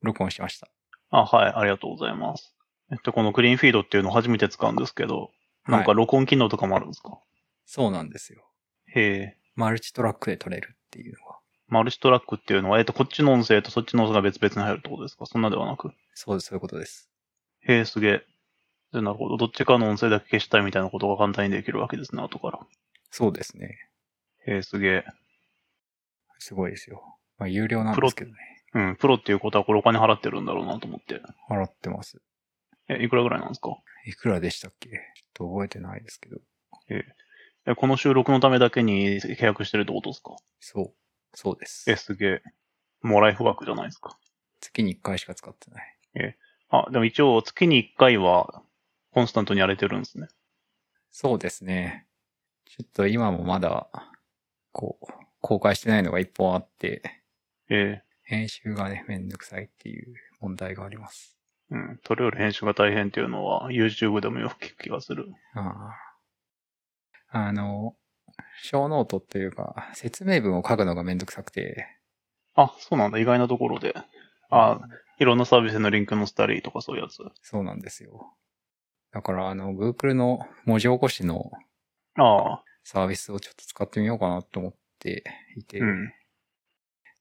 録音しました。あ、はい、ありがとうございます。えっと、このクリーンフィードっていうの初めて使うんですけど、なんかはい、録音機能とかもあるんですか、そうなんですよ。へえ。マルチトラックで撮れるっていうのが。マルチトラックっていうのは、えっと、こっちの音声とそっちの音声が別々に入るってことですかそんなではなく。そうです、そういうことです。へえ、すげえ。でなるほど。どっちかの音声だけ消したいみたいなことが簡単にできるわけですね、後から。そうですね。へえ、すげえ。すごいですよ。まあ、有料なんですけどね。うん、プロっていうことはこれお金払ってるんだろうなと思って。払ってます。え、いくらぐらいなんですかいくらでしたっけちょっと覚えてないですけど。え、この収録のためだけに契約してるってことですかそう。そうです。え、すげえ。もうライフワークじゃないですか。月に1回しか使ってない。あ、でも一応月に1回はコンスタントにやれてるんですね。そうですね。ちょっと今もまだ、こう、公開してないのが1本あって、え編集がね、めんどくさいっていう問題があります。えうん。それより編集が大変っていうのは YouTube でもよく聞く気がする。あああの、小ノートっていうか、説明文を書くのがめんどくさくて。あ、そうなんだ。意外なところで。あ、いろんなサービスのリンク載せたりとかそういうやつ。そうなんですよ。だから、あの、Google の文字起こしのああ、サービスをちょっと使ってみようかなと思っていて、うん。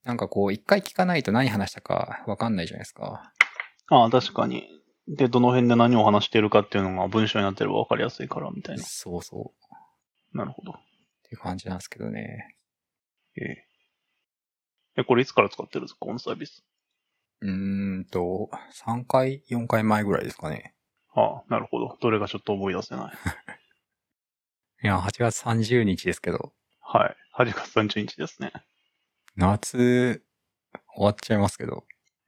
なんかこう、一回聞かないと何話したかわかんないじゃないですか。ああ、確かに。で、どの辺で何を話してるかっていうのが文章になってれば分かりやすいからみたいな。そうそう。なるほど。っていう感じなんですけどね。ええ。え、これいつから使ってるんですかこのサービス。うーんと、3回、4回前ぐらいですかね。ああ、なるほど。どれがちょっと思い出せない。いや、8月30日ですけど、はい。8月30日ですね。夏、終わっちゃいますけど。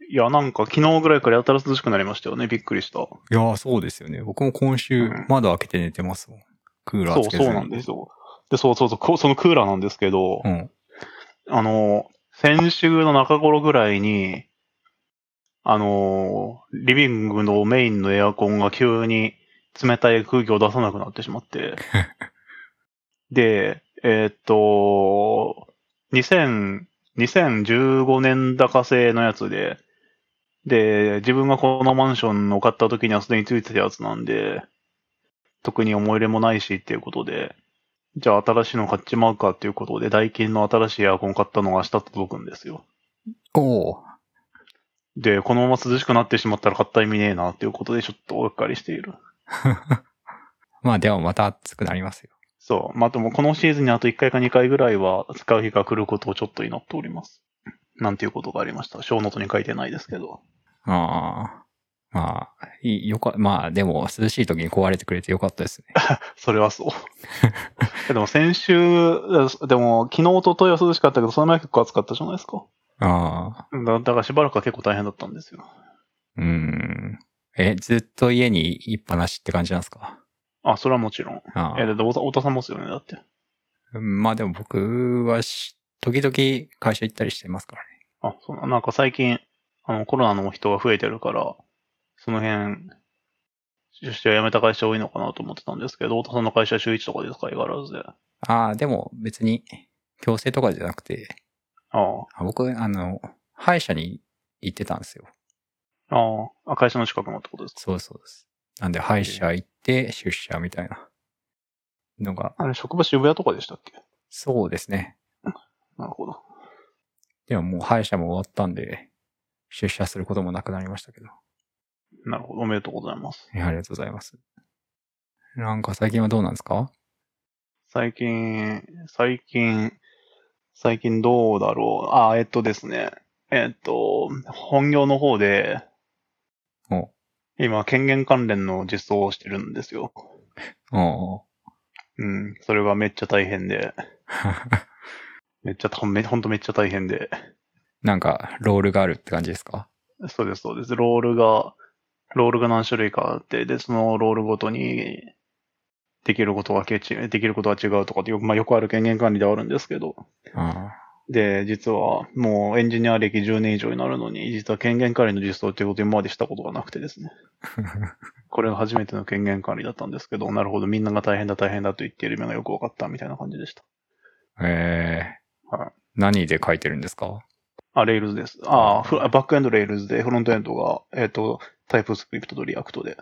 いや、なんか昨日ぐらいからやたら涼しくなりましたよね。びっくりした。いやー、そうですよね。僕も今週うん、窓開けて寝てますもん。クーラそーう、つけずそに。うなんですよ。で、そうそうそうこう、そのクーラーなんですけど、うん。あの、先週の中頃ぐらいに、あの、リビングのメインのエアコンが急に冷たい空気を出さなくなってしまって。で、えーっと、2000 2015年高製のやつで、で、自分がこのマンションを買った時にはすでについてたやつなんで、特に思い入れもないしっていうことで、じゃあ新しいの買っちまうかっていうことで、ダイキンの新しいエアコン買ったのが明日届くんですよ。おお。で、このまま涼しくなってしまったら買った意味ねえなっていうことでちょっとおっかりしている。 まあ、でもまた暑くなりますよ。そう。まあ、でもこのシーズンにあと1回か2回ぐらいは使う日が来ることをちょっと祈っております。なんていうことがありました。小ノートに書いてないですけど。ああ。まあ、いい、よか、まあ、でも、涼しい時に壊れてくれてよかったですね。それはそう。えでも先週、でも昨日とといは涼しかったけど、その前は結構暑かったじゃないですか。ああ。だだからしばらくは結構大変だったんですよ。うーん。え、ずっと家にいっぱなしって感じなんですかあ、それはもちろん。あえ、だって太田太田さんもっすよね、だって。あ。まあ、でも僕はし、時々会社行ったりしてますからね。あ、そうな、なんか最近、あの、コロナの人が増えてるから、その辺、出社を辞めた会社多いのかなと思ってたんですけど、太田さんの会社は週1とかですか、相変わらずで。あああ、でも別に、強制とかじゃなくて、あ、あ僕、あの、歯医者に行ってたんですよ。あああ、会社の近くのってことですか。そうそうです。なんで、歯医者行って、出社みたいなのが、あれ、職場渋谷とかでしたっけそうですね。なるほど。でももう歯医者も終わったんで、出社することもなくなりましたけど。なるほど。おめでとうございます。いやありがとうございます。なんか最近はどうなんですか最近、最近、最近どうだろう。あ、えっとですね。えっと、本業の方で、お今、権限関連の実装をしてるんですよ。おうん。それがめっちゃ大変で。ーめっちゃた、ほんめほんとめっちゃ大変で。 なんか、ロールがあるって感じですかそうです、そうです。ロールが、ロールが何種類かあって、で、そのロールごとに、できることがけち、できることは違うとかってよく、まあ、よくある権限管理ではあるんですけど。あで、実は、もうエンジニア歴10年以上になるのに、実は権限管理の実装っていうことを今までしたことがなくてですね。あこれが初めての権限管理だったんですけど、なるほど、みんなが大変だ大変だと言っている夢がよく分かったみたいな感じでした。 ええはい何で書いてるんですかあ、レイルズです。ああ、フロバックエンドレイルズで、フロントエンドが、えっ、と、タイプスクリプトとリアクトで。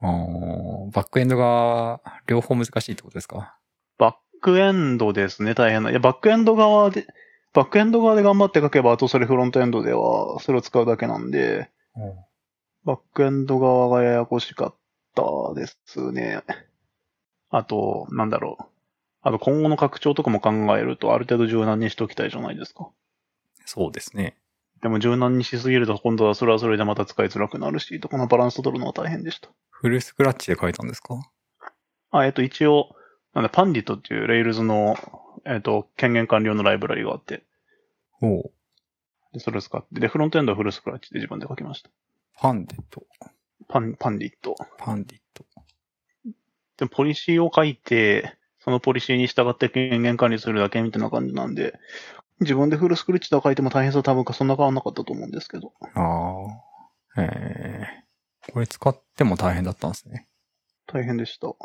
おーバックエンドが両方難しいってことですかバックエンドですね、大変な。いや、バックエンド側で、バックエンド側で頑張って書けば、あとそれフロントエンドでは、それを使うだけなんで、バックエンド側がややこしかったですね。あと、なんだろう。あと今後の拡張とかも考えると、ある程度柔軟にしておきたいじゃないですか。そうですね。でも柔軟にしすぎると、今度はそれはそれでまた使いづらくなるし、とこのバランス取るのは大変でした。フルスクラッチで書いたんですかあ、えっと、一応、なんだ、パンディットっていうレイルズの、えっと、権限完了のライブラリがあって、おうで、それを使って、で、フロントエンドはフルスクラッチで自分で書きました。パンディット。パン、パンディット。パンディット。で、ポリシーを書いて、そのポリシーに従って権限管理するだけみたいな感じなんで、自分でフルスクラッチとか書いても大変さ多分かそんな変わんなかったと思うんですけど。ああ。ええこれ使っても大変だったんですね。大変でした。ど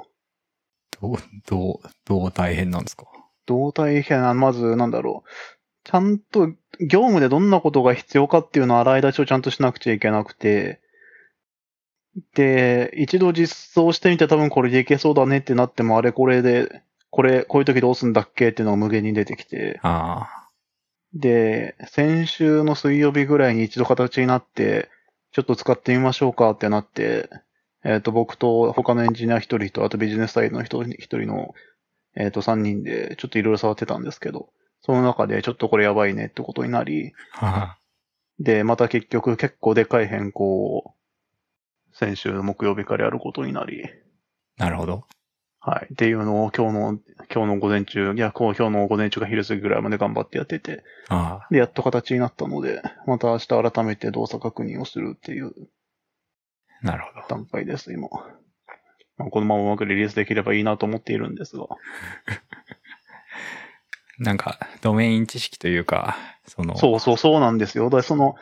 う、どう、どう大変なんですかどう大変な、まず、なんだろう。ちゃんと、業務でどんなことが必要かっていうのを洗い出しをちゃんとしなくちゃいけなくて、で、一度実装してみて多分これでいけそうだねってなっても、あれこれで、これ、こういう時どうすんだっけっていうのが無限に出てきて、あで、先週の水曜日ぐらいに一度形になって、ちょっと使ってみましょうかってなって、えっ、と、僕と他のエンジニア一人と、あとビジネスサイドの人一人の、えっ、と、三人で、ちょっといろいろ触ってたんですけど、その中でちょっとこれやばいねってことになり、あ。で、また結局結構でかい変更を、先週の木曜日からやることになり、 なるほど。はい。っていうのを今日の、今日の午前中、いや、こう今日の午前中か昼過ぎぐらいまで頑張ってやってて、あで、やっと形になったので、また明日改めて動作確認をするっていうあ。なるほど。段階です、今。まあ、このままうまくリリースできればいいなと思っているんですが。なんか、ドメイン知識というか、その、そうそう、そうなんですよ。だその、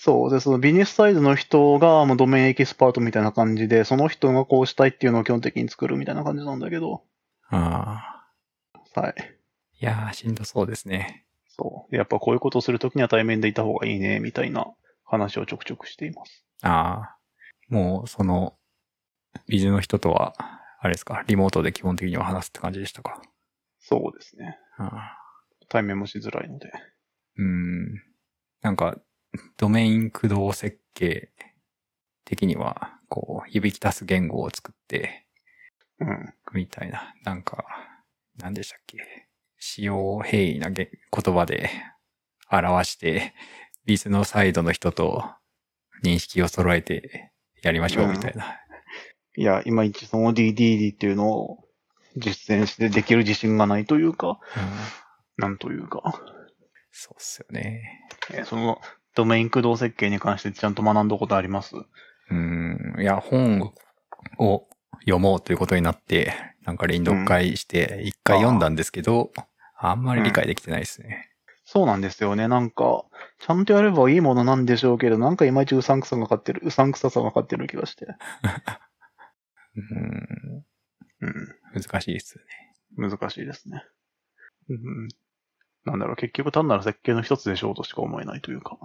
そう。で、そのビジネスサイドの人が、もうドメインエキスパートみたいな感じで、その人がこうしたいっていうのを基本的に作るみたいな感じなんだけど、ああ。はい。いやー、しんどそうですね。そう。でやっぱこういうことをするときには対面でいた方がいいね、みたいな話をちょくちょくしています。ああ。もう、その、ビジの人とは、あれですか、リモートで基本的には話すって感じでしたか。そうですね。ああ対面もしづらいので。うん。なんか、ドメイン駆動設計的には、こう、指きたす言語を作って、うん。みたいな、なんか、何でしたっけ。使用平易なげ言葉で表して、ビズのサイドの人と認識を揃えてやりましょうみたいな。いや、いまいちその DDD っていうのを実践してできる自信がないというか、うんなんというか、そうっすよね。えーそのドメイン駆動設計に関してちゃんと学んだことありますうん。いや、本を読もうということになって、なんか連読会して、一回読んだんですけど、あんまり理解できてないですね。そうなんですよね。なんか、ちゃんとやればいいものなんでしょうけど、なんかいまいちうさんくさがかってる、うさんくささがかってる気がして。うん。う難しいですね。ん。難しいですね。うん。なんだろう、結局単なる設計の一つでしょうとしか思えないというか。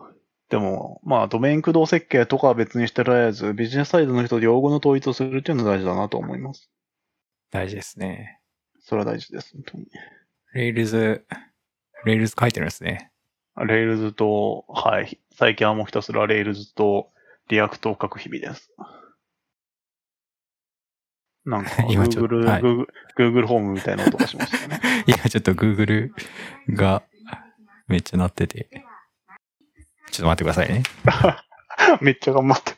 でも、まあ、ドメイン駆動設計とかは別にしてられず、ビジネスサイドの人で用語の統一をするっていうのが大事だなと思います。大事ですね。それは大事です、本当に。レイルズ、レイルズ書いてるんですね。 レイルズと、はい。最近はもうひたすらレイルズとリアクトを書く日々です。 なんか、今ちょっと Google、はい Google、Google ホームみたいな音がしましたね。いや、ちょっと Google がめっちゃ鳴ってて。ちょっと待ってくださいね。 めっちゃ頑張って。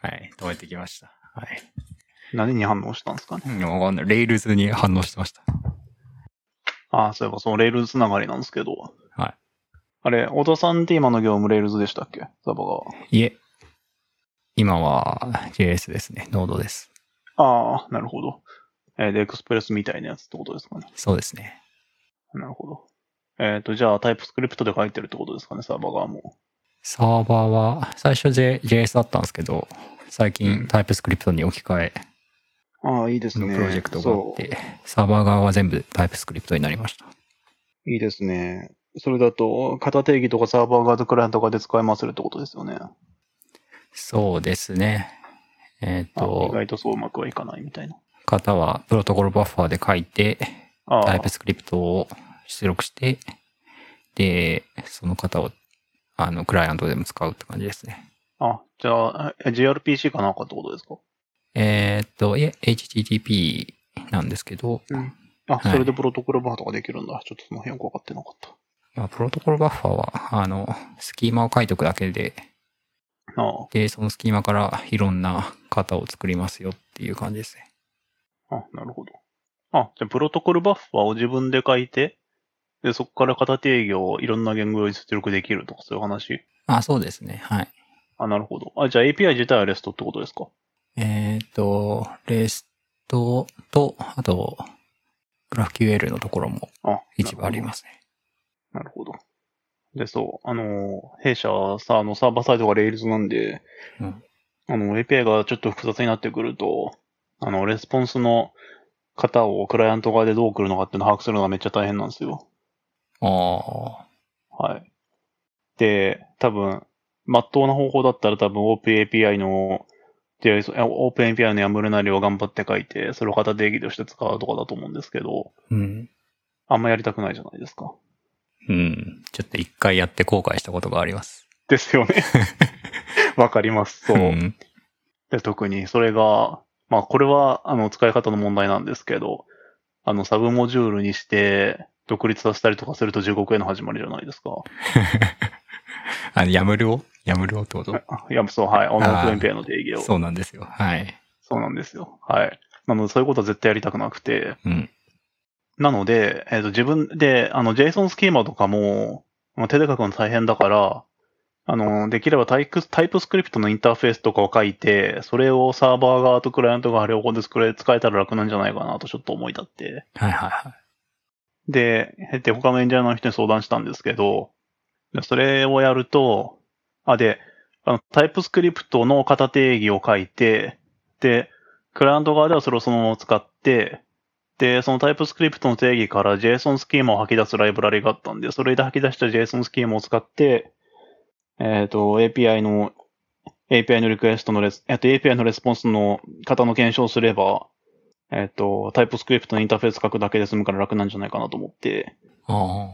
はい。止めてきました。はい。何に反応したんですかね。うんわかんない。レイルズに反応してました。ああ、そういえばそのレイルズつながりなんですけど。はい。あれ、小田さんって今の業務レイルズでしたっけザバが。いえ。今は JS ですね。ノードです。ああ、なるほど。えーで、エクスプレスみたいなやつってことですかね。そうですね。なるほど。えっ、と、じゃあ、タイプスクリプトで書いてるってことですかね、サーバー側も。サーバーは、最初 J JS だったんですけど、最近 TypeScript に置き換えああ、いいですのね。プロジェクトがあっそうて、サーバー側は全部 TypeScript になりました。いいですね。それだと、型定義とかサーバーガードクライアント側で使えまするってことですよね。そうですね。えっ、あ意と、外とそううまくはいかないみたいな。型はプロトコルバッファーで書いて、ああタイプスクリプトを出力して、で、その型を、あの、クライアントでも使うって感じですね。あ、じゃあ、え gRPC かなんかってことですかえーっと、いえ、HTTP なんですけど、うんあ、はいそれでプロトコルバーとかできるんだ。ちょっとその辺よくわかってなかっまあ、プロトコルバッファーは、あの、スキーマを書いておくだけで、た。あで、そのスキーマからいろんな型を作りますよっていう感じですね。あ、あなるほど。あ、じゃあ、プロトコルバッファーを自分で書いて、で、そこから型定義をいろんな言語に出力できるとか、そういう話。あ、そうですね。はい。あ、なるほど。あ、じゃあ API 自体は REST ってことですかえーっと、レストと、あと、グラフ QL のところもあ、一部ありすますね。なるほど。で、そう、あの、弊社さ、あの、サーバーサイドが Rails なんで、うんあの、API がちょっと複雑になってくると、あの、レスポンスの型をクライアント側でどう送るのかっていうのを把握するのがめっちゃ大変なんですよ。あはい。で、多分、まっとうな方法だったら多分 OpenAPI の、で、OpenAPI のやむるなりを頑張って書いて、それを型定義として使うとかだと思うんですけど、あ、うん。あんまやりたくないじゃないですか。うん。ちょっと一回やって後悔したことがあります。です よね。わかります。そう。ん。 で、特にそれが、まあこれはあの使い方の問題なんですけど、あのサブモジュールにして独立させたりとかすると地獄への始まりじゃないですか。あの、やむるをやむるをってことあいや、そう、はい。オンラインプレンペアの定義を。そうなんですよ。はい。そうなんですよ。はい。なのでそういうことは絶対やりたくなくて。うん。なので、えっ、と自分で、あの JSON スキーマとかも、まあ手で書くの大変だから、あの、できればタイプタイプスクリプトのインターフェースとかを書いて、それをサーバー側とクライアント側両方で作れ使えたら楽なんじゃないかなとちょっと思い立って。はいはいはい。で、で、他のエンジニアの人に相談したんですけど、でそれをやると、あ、で、あの、タイプスクリプトの型定義を書いて、で、クライアント側ではそれをそのまま使って、で、そのタイプスクリプトの定義から JSON スキーマを吐き出すライブラリがあったんで、それで吐き出した JSON スキーマを使って、えっ、と、API の、API のリクエストのレス、えっ、と、API のレスポンスの型の検証をすれば、えっ、と、タイプスクリプトのインターフェース書くだけで済むから楽なんじゃないかなと思って、あ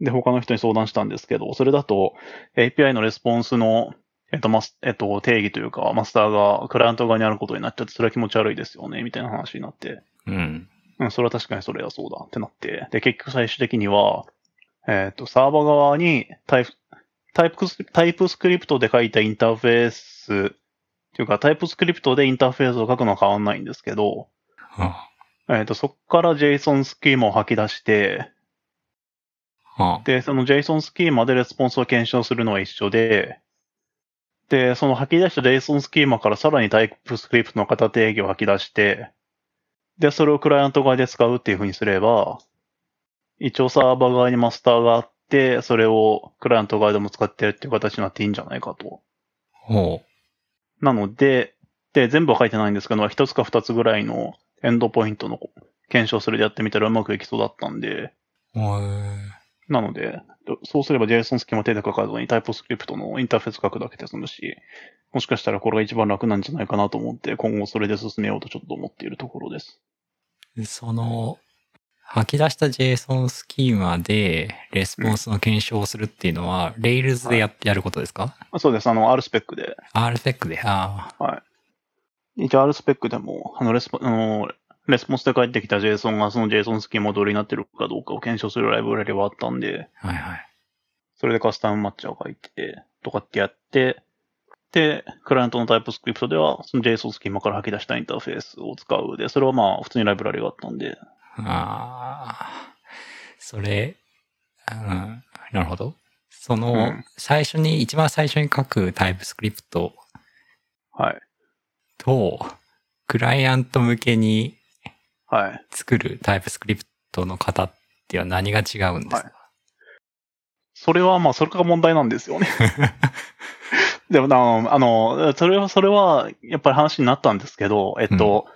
で、他の人に相談したんですけど、それだと API のレスポンスの、えっ、と、マス、えっ、と、定義というか、マスターがクライアント側にあることになっちゃって、それは気持ち悪いですよね、みたいな話になって、あ。うん。うん、それは確かにそれはそうだってなって、で、結局最終的には、えっ、と、サーバー側にタイプ、タイプス、タイプスクリプトで書いたインターフェース、というか、タイプスクリプトでインターフェースを書くのは変わんないんですけど、あえっ、と、そこから JSON スキーマを吐き出して、あ。で、その JSON スキーマでレスポンスを検証するのは一緒で、で、その吐き出した JSON スキーマからさらにタイプスクリプトの型定義を吐き出して、で、それをクライアント側で使うっていう風にすれば、一応サーバー側にマスターがあって、それをクライアント側でも使ってるっていう形になっていいんじゃないかと。ほなので、で、全部は書いてないんですけど、一つか二つぐらいのエンドポイントの検証それでやってみたらうまくいきそうだったんで、う。へなので、どそうすれば JSON スキマ手で書かずにタイプスクリプトのインターフェース書くだけで済むし、もしかしたらこれが一番楽なんじゃないかなと思って、今後それで進めようとちょっと思っているところです。えその、吐き出した JSON スキーマで、レスポンスの検証をするっていうのは、Rails でやってやることですかあそうです。あの、R スペックで。 ?RSec で。ああ。一応 R スペックでも、あのレスポ、あの、レスポンスで返ってきた JSON がその JSON スキマ通りになってるかどうかを検証するライブラリはあったんで、はいはい。それでカスタムマッチを書いて、とかってやって、で、クライアントのタイプスクリプトでは、その JSON スキマから吐き出したインターフェースを使うで、それはまあ、普通にライブラリがあったんで、ああ。それ、うん、なるほど。そうのん、最初に、一番最初に書くタイプスクリプトはい。と、クライアント向けにはい。作るタイプスクリプトの型っていうのは何が違うんですか、それは、まあ、それが問題なんですよね。 でも、あの、あのそれは、それは、やっぱり話になったんですけど、えっと、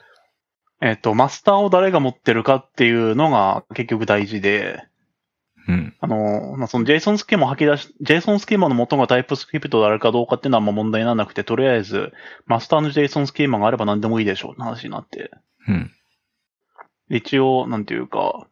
えっと、マスターを誰が持ってるかっていうのが結局大事で、 うん。あの、まあ、その JSON スキーマを吐き出し、JSON スキーマの元がタイプスクリプトであるかどうかっていうのはあんま問題にならなくて、とりあえず、マスターの JSON スキーマがあれば何でもいいでしょうって話になって。うん。一応、なんていうか、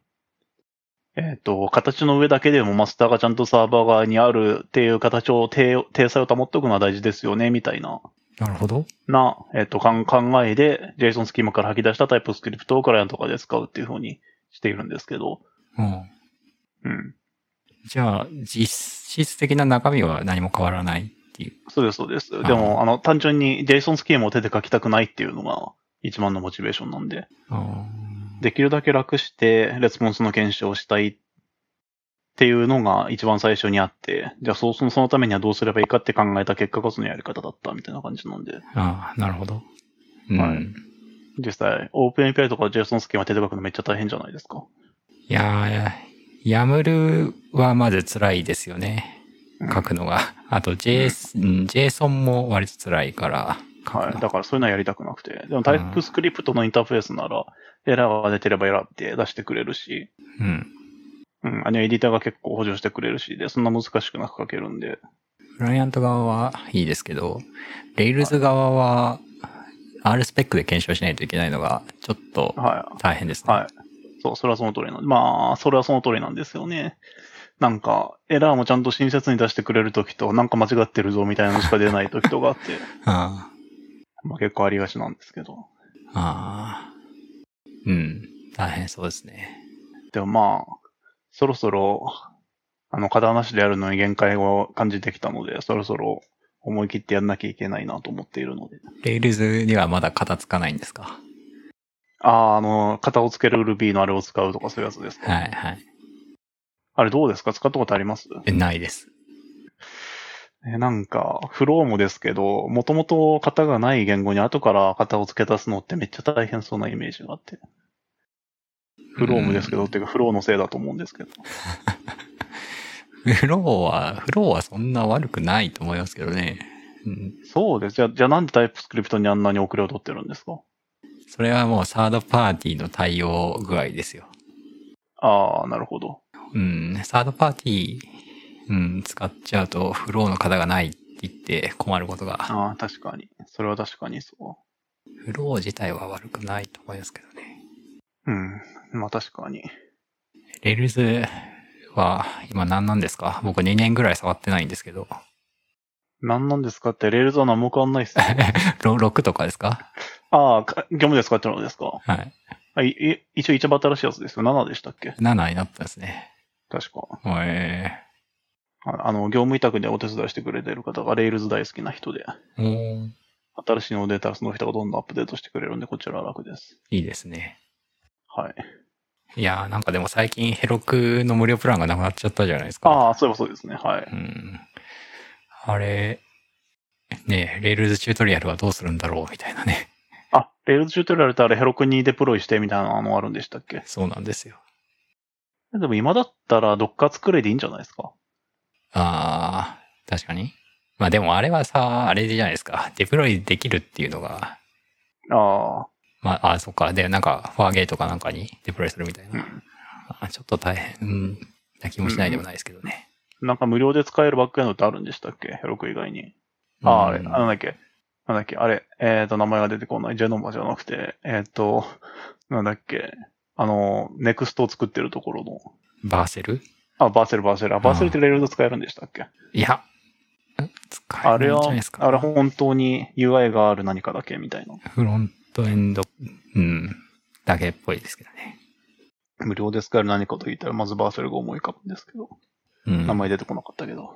えっ、と、形の上だけでもマスターがちゃんとサーバー側にあるっていう形を、定定裁を保っておくのは大事ですよね、みたいな、なるほど。な、えっ、と、かん考えで JSON スキーマから吐き出したタイプスクリプトをクライアントとかで使うっていうふうにしているんですけど、うん。うん。じゃあ、実質的な中身は何も変わらないっていう。そうです、そうです。でも、あの、単純に JSON スキーマを手で書きたくないっていうのが一番のモチベーションなんで。できるだけ楽して、レスポンスの検証をしたいっていうのが一番最初にあって、じゃあそうそのそのためにはどうすればいいかって考えた結果がそのやり方だったみたいな感じなんで、ああ、なるほど。うん、はいい。実際 OpenAPI とか JSON スキーマ手で書くのめっちゃ大変じゃないですか。やー、ヤムルはまず辛いですよね。うん書くのが。あと JS、うん、JSON も割と辛いから書くの。はい。だからそういうのはやりたくなくて。でもタイプスクリプトのインターフェースなら、エラーが出てればエラーって出してくれるし、うん。うん。あのエディターが結構補助してくれるし、で、そんな難しくなく書けるんで、クライアント側はいいですけど、Rails 側は R スペックで検証しないといけないのがちょっとはい。大変ですね。はい。そう、それはその通りなんまあ、それはその通りなんですよね。なんか、エラーもちゃんと親切に出してくれるときと、なんか間違ってるぞみたいなのしか出ないときとがあって、 あまあ結構ありがちなんですけど。あああ。うん。大変そうですね。でもまあ、そろそろ、あの、片話でやるのに限界を感じてきたので、そろそろ思い切ってやんなきゃいけないなと思っているので。 Rails にはまだ片付かないんですかああ、あの、型をつける Ruby のあれを使うとかそういうやつですか。はいはいあれどうですか使ったことありますえ。ないです。え、なんか、フローもですけど、もともと型がない言語に後から型を付け足すのってめっちゃ大変そうなイメージがあって。フローもですけど、っていうかフローのせいだと思うんですけど。フローは、フローはそんな悪くないと思いますけどね。うん、そうです。じゃあ、じゃあなんでタイプスクリプトにあんなに遅れを取ってるんですかそれはもうサードパーティーの対応具合ですよ。ああ、なるほど。うん、サードパーティー、うん、使っちゃうとフローの方がないって言って困ることが、ああ、確かに。それは確かにそフロー自体は悪くないと思いますけどね。う。うん。まあ確かに。レールズは今何なんですか僕2年ぐらい触ってないんですけど。何なんですかって、レールズは何も変わんないっすよ。ろ6とかですかああ、か業務で使ってるのですかはい。あいい一応一番新しいやつですよ。7でしたっけ7になったんですね。確か。えああの、業務委託でお手伝いしてくれてる方が Rails 大好きな人で、ー、おー新しいのを出たらその人がどんどんアップデートしてくれるんで、こちらは楽です。いいですね。はい。いやーなんかでも最近ヘロクの無料プランがなくなっちゃったじゃないですか。ああ、そういえばそうですね。はい。うん。あれ、ねえ、レールズチュートリアルはどうするんだろうみたいなね。 あ、Rails チュートリアルってあれヘロクにデプロイしてみたいなのあるんでしたっけそうなんですよ。でも今だったら Docker 作れでいいんじゃないですかあー、確かに。まあでもあれはさ、あれじゃないですか。デプロイできるっていうのが、ああ、まあ、あ、そっか。で、なんか、ファーゲーとかなんかにデプロイするみたいな。あちょっと大変な気もしないでもないですけどね。なんか無料で使えるバックエンドってあるんでしたっけヘロク以外に。ああ、あれ、うあんなんだっけなんだっけあれ、えっ、と、名前が出てこない。ジェノマじゃなくて、えっ、と、なんだっけあの、ネクストを作ってるところの。バーセルあ、バーセル、バーセル。あ、バーセルってレールズ使えるんでしたっけいや、ん使あえれるんはじゃないです、か。あれ本当に UI がある何かだけみたいな。フロントエンド、うん、だけっぽいですけどね。無料で使える何かと言ったら、まずバーセルが思い浮かぶんですけど、うん。名前出てこなかったけど。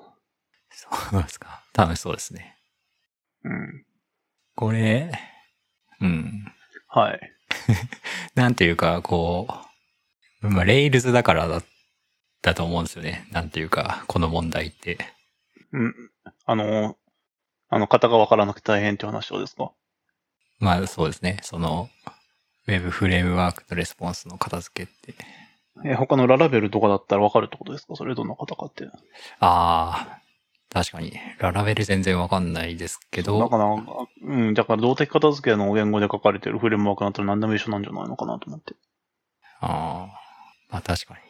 そうですか。楽しそうですね。うん。これ、うん。はい。なんていうか、こう、まあ、レイルズだからだ、だと思うんですよね。なんていうか、この問題って。うん。あの、あの、型がわからなくて大変っていう話をですかまあそうですね。その、ウェブフレームワークとレスポンスの片付けって。え、他のララベルとかだったらわかるってことですかそれどんな型かって。ああ、確かに。ララベル全然わかんないですけだかど、ら、うん、だから動的片付けの言語で書かれてるフレームワークだったら何でも一緒なんじゃないのかなと思って。ああ、まあ確かに。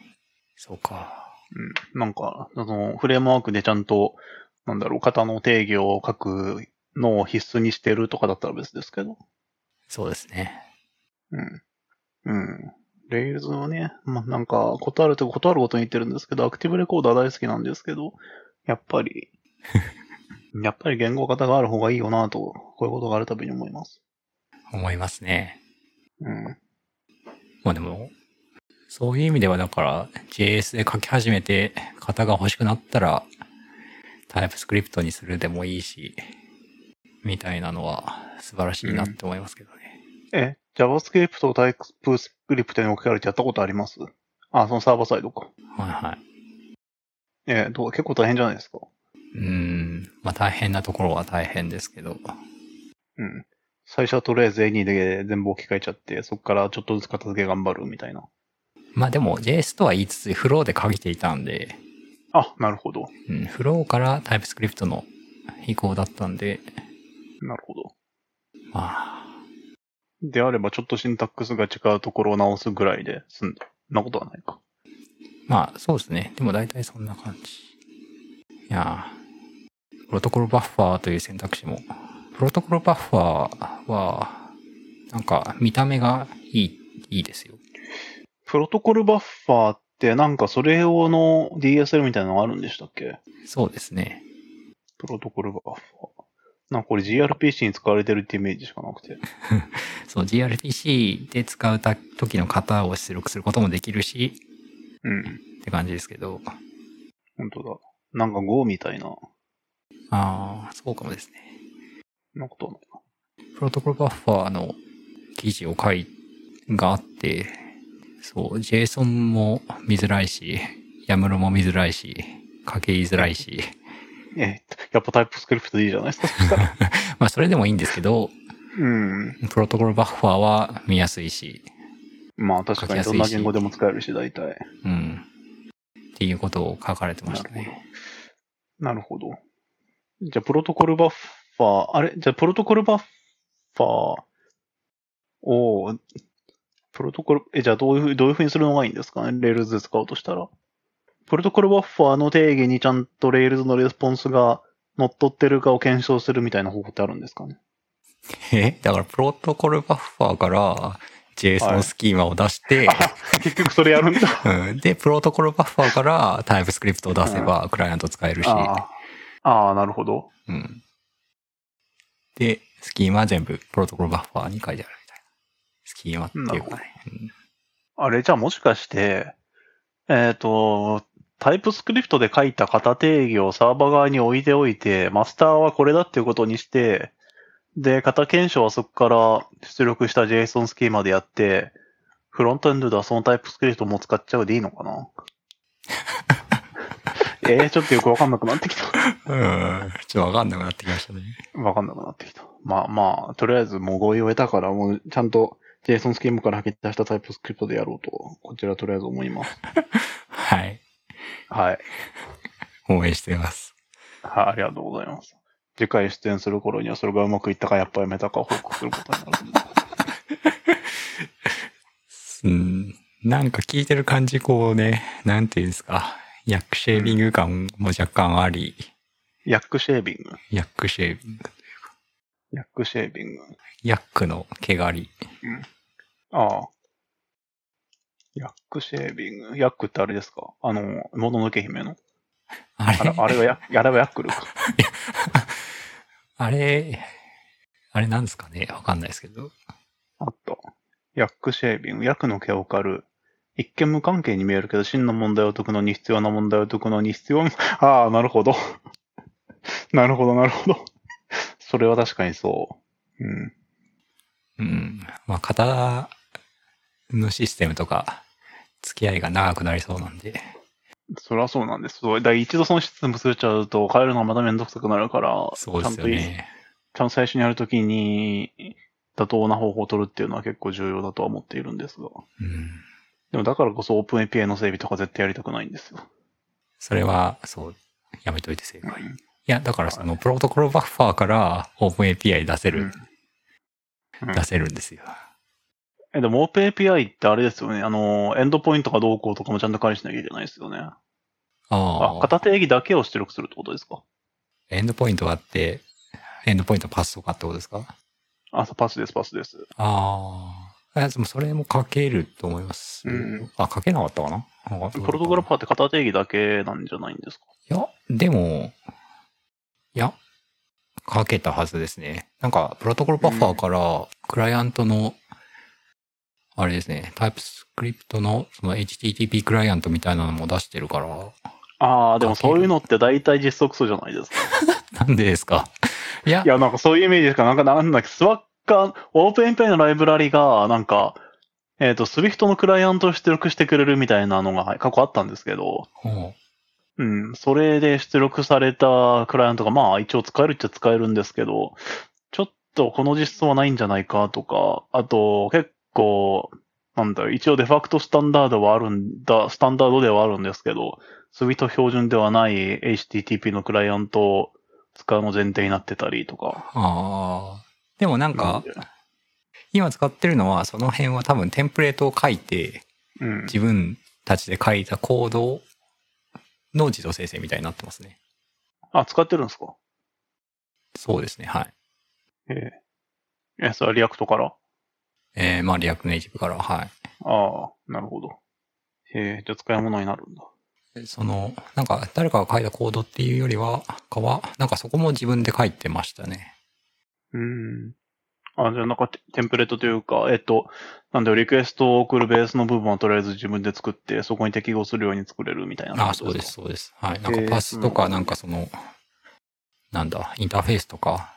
そうか。うん。なんか、その、フレームワークでちゃんと、なんだろう、型の定義を書くのを必須にしてるとかだったら別ですけど。そうですね。うん。うん。レイルズはね、まあ、なんか、ことあるとことあることに言ってるんですけど、アクティブレコーダー大好きなんですけど、やっぱり、やっぱり言語型がある方がいいよなと、こういうことがあるたびに思います。思いますね。うん。まあでも、そういう意味ではだから、JS で書き始めて、型が欲しくなったら、タイプスクリプトにするでもいいし、みたいなのは素晴らしいなって思いますけどね。え、JavaScript と TypeScript に置き換えるってやったことありますあ、そのサーバーサイドか。はいはい。えどう結構大変じゃないですか。うーん。まあ大変なところは大変ですけど。うん。最初はとりあえず A2 で全部置き換えちゃって、そこからちょっとずつ片付け頑張るみたいな。まあでも JS とは言いつつ、フローで書いていたんで、あ、なるほど。うん、フローからタイプスクリプトの移行だったんで、なるほど。まあ、であればちょっとシンタックスが違うところを直すぐらいで済んだ。そんなことはないか。まあ、そうですね。でも大体そんな感じ。いやープロトコルバッファーという選択肢も。プロトコルバッファーは、なんか見た目がいい、いいですよ。プロトコルバッファーってなんかそれ用の DSL みたいなのがあるんでしたっけそうですね。プロトコルバッファー。なんかこれ GRPC に使われてるってイメージしかなくて。その GRPC で使うた時の型を出力することもできるし、うん。って感じですけど。本当だ。なんか Go みたいな。ああ、そうかもですね。そんなことはないか。プロトコルバッファーの記事を書い、があって、そう、JSON も見づらいし、YAML も見づらいし、書きづらいし、え、やっぱタイプスクリプトでいいじゃないですか。そ したらまあそれでもいいんですけど、うん。プロトコルバッファーは見やすいし、まあ確かにどんな言語でも使えるし、大体。うん。っていうことを書かれてましたね。なるほど。じゃあ、プロトコルバッファー、あれじゃあ、プロトコルバッファーを、プロトコル、え、じゃあ、どういうふう、どういうふうにするのがいいんですかねレールズで使おうとしたら。プロトコルバッファーの定義にちゃんとレールズのレスポンスが乗っ取ってるかを検証するみたいな方法ってあるんですか ねえだからプロトコルバッファーから JSON のスキーマを出して、結局それやるんだ。うんで、プロトコルバッファーからタイプスクリプトを出せばクライアント使えるし、ああ、ああ、なるほど。うん。で、スキーマは全部プロトコルバッファーに書いてあるみたいな。スキーマっていうかね。あれ、じゃあもしかして、えっ、と、タイプスクリプトで書いた型定義をサーバー側に置いておいて、マスターはこれだっていうことにして、で、型検証はそこから出力した JSON スキーマでやって、フロントエンドではそのタイプスクリプトも使っちゃうでいいのかな えー、ちょっとよくわかんなくなってきた。うん。ちょっとわかんなくなってきましたね。わかんなくなってきた。まあまあ、とりあえずもう合意を得たから、もうちゃんと JSON スキーマから吐き出したタイプスクリプトでやろうと、こちらとりあえず思います。はい。はい。応援してます。はい、ありがとうございます。次回出演する頃にはそれがうまくいったかやっぱやめたかを報告することになると思う。うん。なんか聞いてる感じ、こうね、なんていうんですか。ヤックシェービング感も若干あり、ヤックシェービング。ヤックシェービング。ヤックシェービング。ヤックの毛刈り。ああ。ヤックシェービング。ヤックってあれですかあの、もののけ姫の。ああ れれあれがヤッ、あれはヤックルか。あれ、あれなんですかねわかんないですけど。あった。ヤックシェービング。ヤックの毛を刈る。一見無関係に見えるけど、真の問題を解くのに必要な問題を解くのに必要な。 ああ、なるほど。 なるほど、なるほど。それは確かにそう。うん。うん。まあ、型のシステムとか、付き合いが長くなりそうなんで。そりゃそうなんです。そうだから一度そのシステム忘れちゃうと、変えるのがまためんどくさくなるから、そうですよちゃんといね。ちゃんと最初にやるときに、妥当な方法を取るっていうのは結構重要だとは思っているんですが。うん。でもだからこそ OpenAPI の整備とか絶対やりたくないんですよ。それは、そう、やめといて正解。いうんや、だからその、プロトコルバッファーから OpenAPI 出せる、うんうん出せるんですよ。え、でも OpenAPI ってあれですよね。あの、エンドポイントがどうこうとかもちゃんと管理しなきゃいけないですよね。ああ、あ。片定義だけを出力するってことですかエンドポイントがあって、エンドポイントのパスとかってことですかあ、そうパスです、パスです。ああ。いや、でもそれも書けると思います。うんあ、書けなかったかなあプロトグラフいァーって片定義だけなんじゃないんですかや、でも、いや、書けたはずですね。なんか、プロトコルバッファーから、クライアントの、あれですね、タイプスクリプトの、その HTTP クライアントみたいなのも出してるから、ああ、でもそういうのって大体実測数じゃないですか。なんでですかいやい、や、なんかそういうイメージですかなんかなんだっけ、スワッカー、オープンペイのライブラリが、なんか、えっ、と、スウィフトのクライアントを出力してくれるみたいなのがはい過去あったんですけど、うんうん、それで出力されたクライアントが、まあ一応使えるっちゃ使えるんですけど、ちょっとこの実装はないんじゃないかとか、あと結構、なんだろう、一応デファクトスタンダードはあるんだ、スタンダードではあるんですけど、スウィフト標準ではない HTTP のクライアントを使うの前提になってたりとか。ああ。でもなんか、今使ってるのはその辺は多分テンプレートを書いてうん。自分たちで書いたコードの自動生成みたいになってますね。あ、使ってるんですかそうですね。はい。ええ。え、それはリアクトからえー、まあリアクトネイティブからはああ、なるほど。ええ、じゃあ使い物になるんだ。い。そのなんか誰かが書いたコードっていうよりはかはなんかそこも自分で書いてましたね。うん。あ、じゃあなんかテテンプレートというか、えっと、なんだよ、リクエストを送るベースの部分はとりあえず自分で作って、そこに適合するように作れるみたいなあ感あじか。そうですそうです。はい。なんかえーパスとかなんかそのなんだインターフェースとか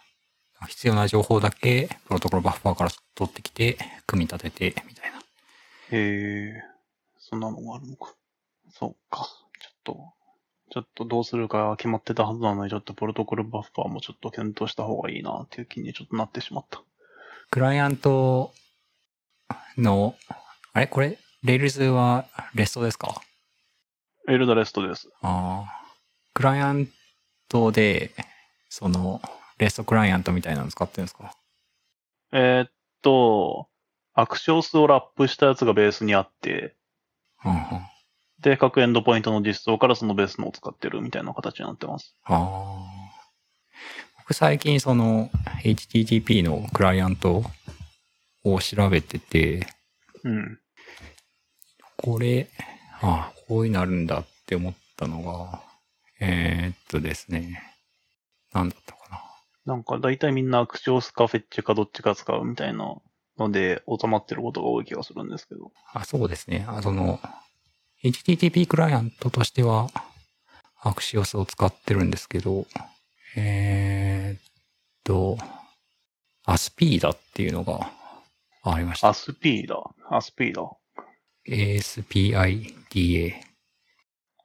必要な情報だけプロトコルバッファーから取ってきて組み立ててみたいな。へえ、そんなのがあるのか。そうか。ちょっと、ちょっとどうするか決まってたはずなのに、ちょっとプロトコルバッファーもちょっと検討した方がいいなっていう気にちょっとなってしまった。クライアントの、あれこれ、Rails は REST ですかエルダレストです。ああ。クライアントで、その、REST クライアントみたいなの使ってるんですかえーっと、アクション数をラップしたやつがベースにあって、うんうん。あで、各エンドポイントの実装からそのベースのを使ってるみたいな形になってます。あ。僕最近その、HTTP のクライアントを調べてて、うん。これ、ああ、こういうのあるんだって思ったのが、えー、っとですね、なんだったかな。なんか大体みんなアクション数かフェッチかどっちか使うみたいなので収まってることが多い気がするんですけど。あ、そうですね。あその、HTTP クライアントとしては、アクシオスを使ってるんですけど、えー、っと、アスピーダっていうのがありました。 ASP だ。ASP だ。 ASPIDA。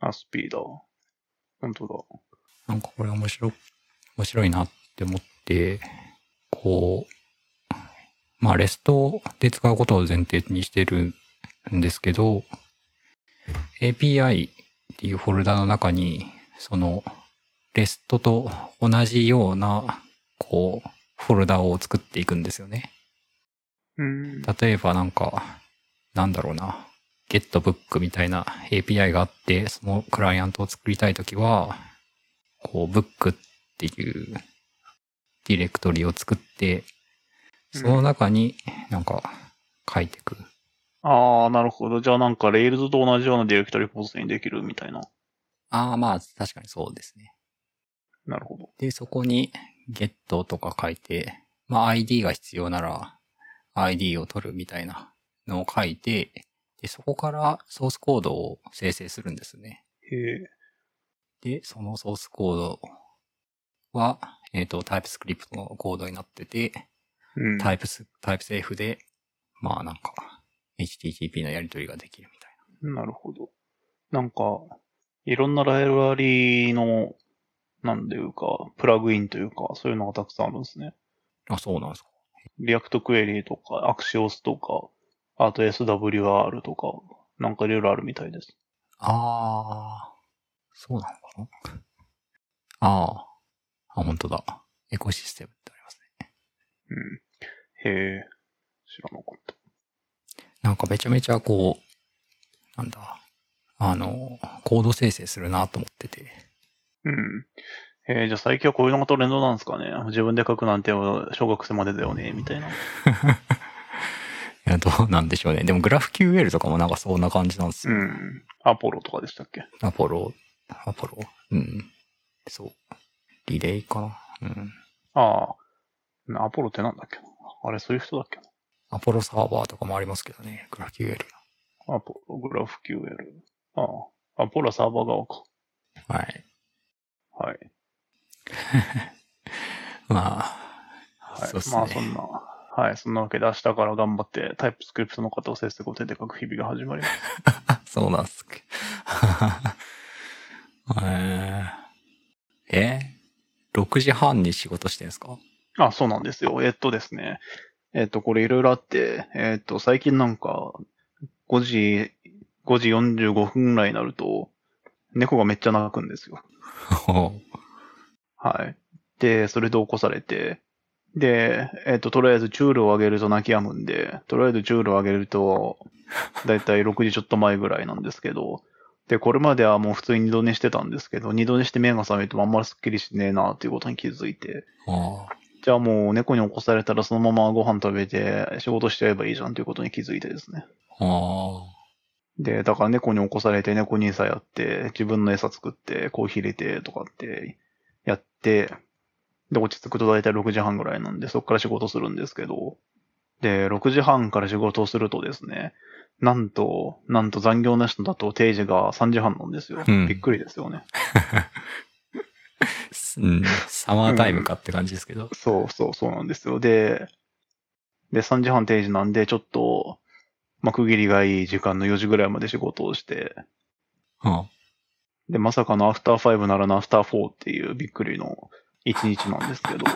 ASP だ。本当なんかこれ面白、面白いなって思って、こう、まあ、レストで使うことを前提にしてるんですけど、API っていうフォルダの中に、その、レストと同じような、こう、フォルダを作っていくんですよね。だ。うん。例えばなんか、なんだろうな、GetBook みたいな API があって、そのクライアントを作りたいときは、こう、Book っていうディレクトリを作って、その中になんか書いていく。ああ、なるほど。じゃあなんか Rails と同じようなディレクトリポーズにできるみたいな。ああ、まあ、確かにそうですね。なるほど。で、そこに Get とか書いて、まあ ID が必要なら ID を取るみたいなのを書いて、で、そこからソースコードを生成するんですね。へえ。で、そのソースコードは、えっ、と、タイプスクリプトのコードになってて、うん。タイプス、タイプセーフで、まあなんか、HTTP のやり取りができるみたいなるほど。なんか、いろんなライブラリの、なんていうか、プラグインというか、そういうのがたくさんあるんですね。な。あ、そうなんですか。リアクトクエリーとか、アクシオスとか、あと SWR とか、なんかいろいろあるみたいです。あー、そうなのかなあー、あ、本当だ。エコシステムってありますね。うん。へえ、知らなかった。なんかめちゃめちゃこう、なんだ、あの、コード生成するなと思って て。うん。えーじゃあ最近はこういうのがトレンドなんですかね。自分で書くなんて小学生までだよね、みたいな。いや、どうなんでしょうね。でも、グラフ QL とかもなんかそんな感じなんですうよ。ん。アポロとかでしたっけアポロ、アポロ、うん。そう。リレーかな。うん。ああ。アポロってなんだっけなあれ、そういう人だっけアポロサーバーとかもありますけどね、グラフ QL。なアポロ、グラフ QL。ああ。アポロはサーバー側か。はい。はい。まあ、はいそうっすね。まあ、そんな。はい。そんなわけで、明日から頑張って、タイプスクリプトの方を制作を手で書く日々が始まります。そうなんすか。 えー、え ?6 時半に仕事してんすか あ、そうなんですよ。えっとですね。えっと、これいろいろあって、えっと、最近なんか、5時、5時45分ぐらいになると、猫がめっちゃ鳴くんですよ。はい。で、それで起こされて、で、えっ、と、とりあえずチュールを上げると泣き止むんで、とりあえずチュールを上げると、だいたい6時ちょっと前ぐらいなんですけど、で、これまではもう普通に二度寝してたんですけど、二度寝して目が覚めてもあんまりスッキリしねえなっていうことに気づいて、あじゃあもう猫に起こされたらそのままご飯食べて仕事しちゃえばいいじゃんということに気づいてですね。あ、あで、だから猫に起こされて、猫に餌やって、自分の餌作って、コーヒー入れて、とかって、やって、で、落ち着くと大体6時半ぐらいなんで、そっから仕事するんですけど、で、6時半から仕事をするとですね、なんと、なんと残業なしのだと定時が3時半なんですよ。うんびっくりですよね。あ、すうん、サマータイムかって感じですけど。そうそうそうなんですよ。で、で、3時半定時なんで、ちょっと、まあ、区切りがいい時間の4時ぐらいまで仕事をして、うん、で、まさかのアフターファイブならぬアフターフォーっていうびっくりの一日なんです けど。い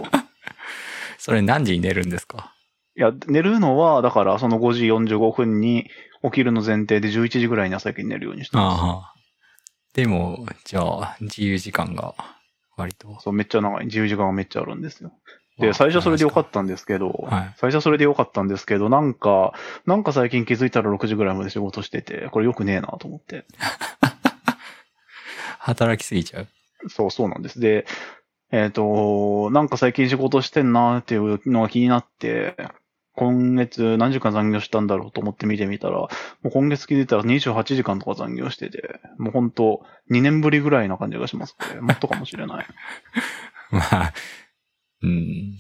それ何時に寝るんですかや、寝るのは、だからその5時45分に起きるの前提で11時ぐらいに朝焼けに寝るようにしてまああ。でも、じゃあ、自由時間が割と。す。そう、めっちゃ長い。自由時間がめっちゃあるんですよ。で、最初はそれでよかったんですけど、はい最初はそれでよかったんですけど、なんか、なんか最近気づいたら6時ぐらいまで仕事してて、これ良くねえなと思って。た。働きすぎちゃう。そうそうなんです。で、えっ、と、なんか最近仕事してんなーっていうのが気になって、今月何時間残業したんだろうと思って見てみたら、もう今月気づいたら28時間とか残業してて、もうほんと2年ぶりぐらいな感じがします、ね。もっとかもしれない。 まあ、うん。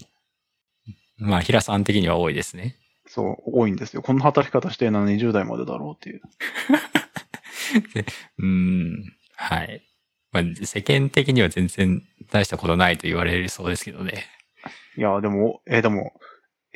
まあ、平さん的には多いですね。そう、多いんですよ。こんな働き方してんのに20代までだろうっていう。うん。はい。まあ、世間的には全然大したことないと言われるそうですけどね。いやー、でも、えーでも、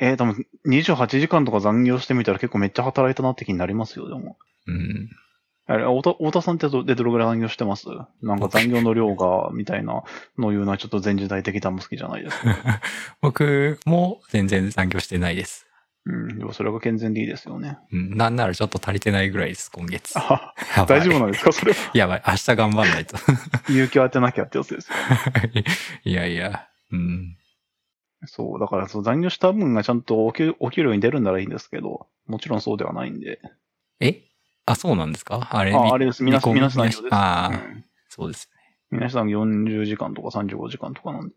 えーでも28時間とか残業してみたら結構めっちゃ働いたなって気になりますよ、でも。うん。 あれ、太田太田さんってどでどれぐらい残業してますなんか残業の量が、みたいなのを言うのはちょっと全時代的だも好きじゃない ですか。僕も全然残業してないです。うん。でもそれが健全でいいですよね。 うん。なんならちょっと足りてないぐらいです、今月。あやばい大丈夫なんですかそれは。やばい。明日頑張んないと。勇気を当てなきゃってやつですよ。 いやいや。うん。そう。だから、その残業した分がちゃんと起き起きるように出るんならいいんですけど、もちろんそうではないんで。えあ、そうなんですかあれ。あ、あれです。みな離婚し、みなし残業です。ああうんそうですね。みなし残業40時間とか35時間とかなんで。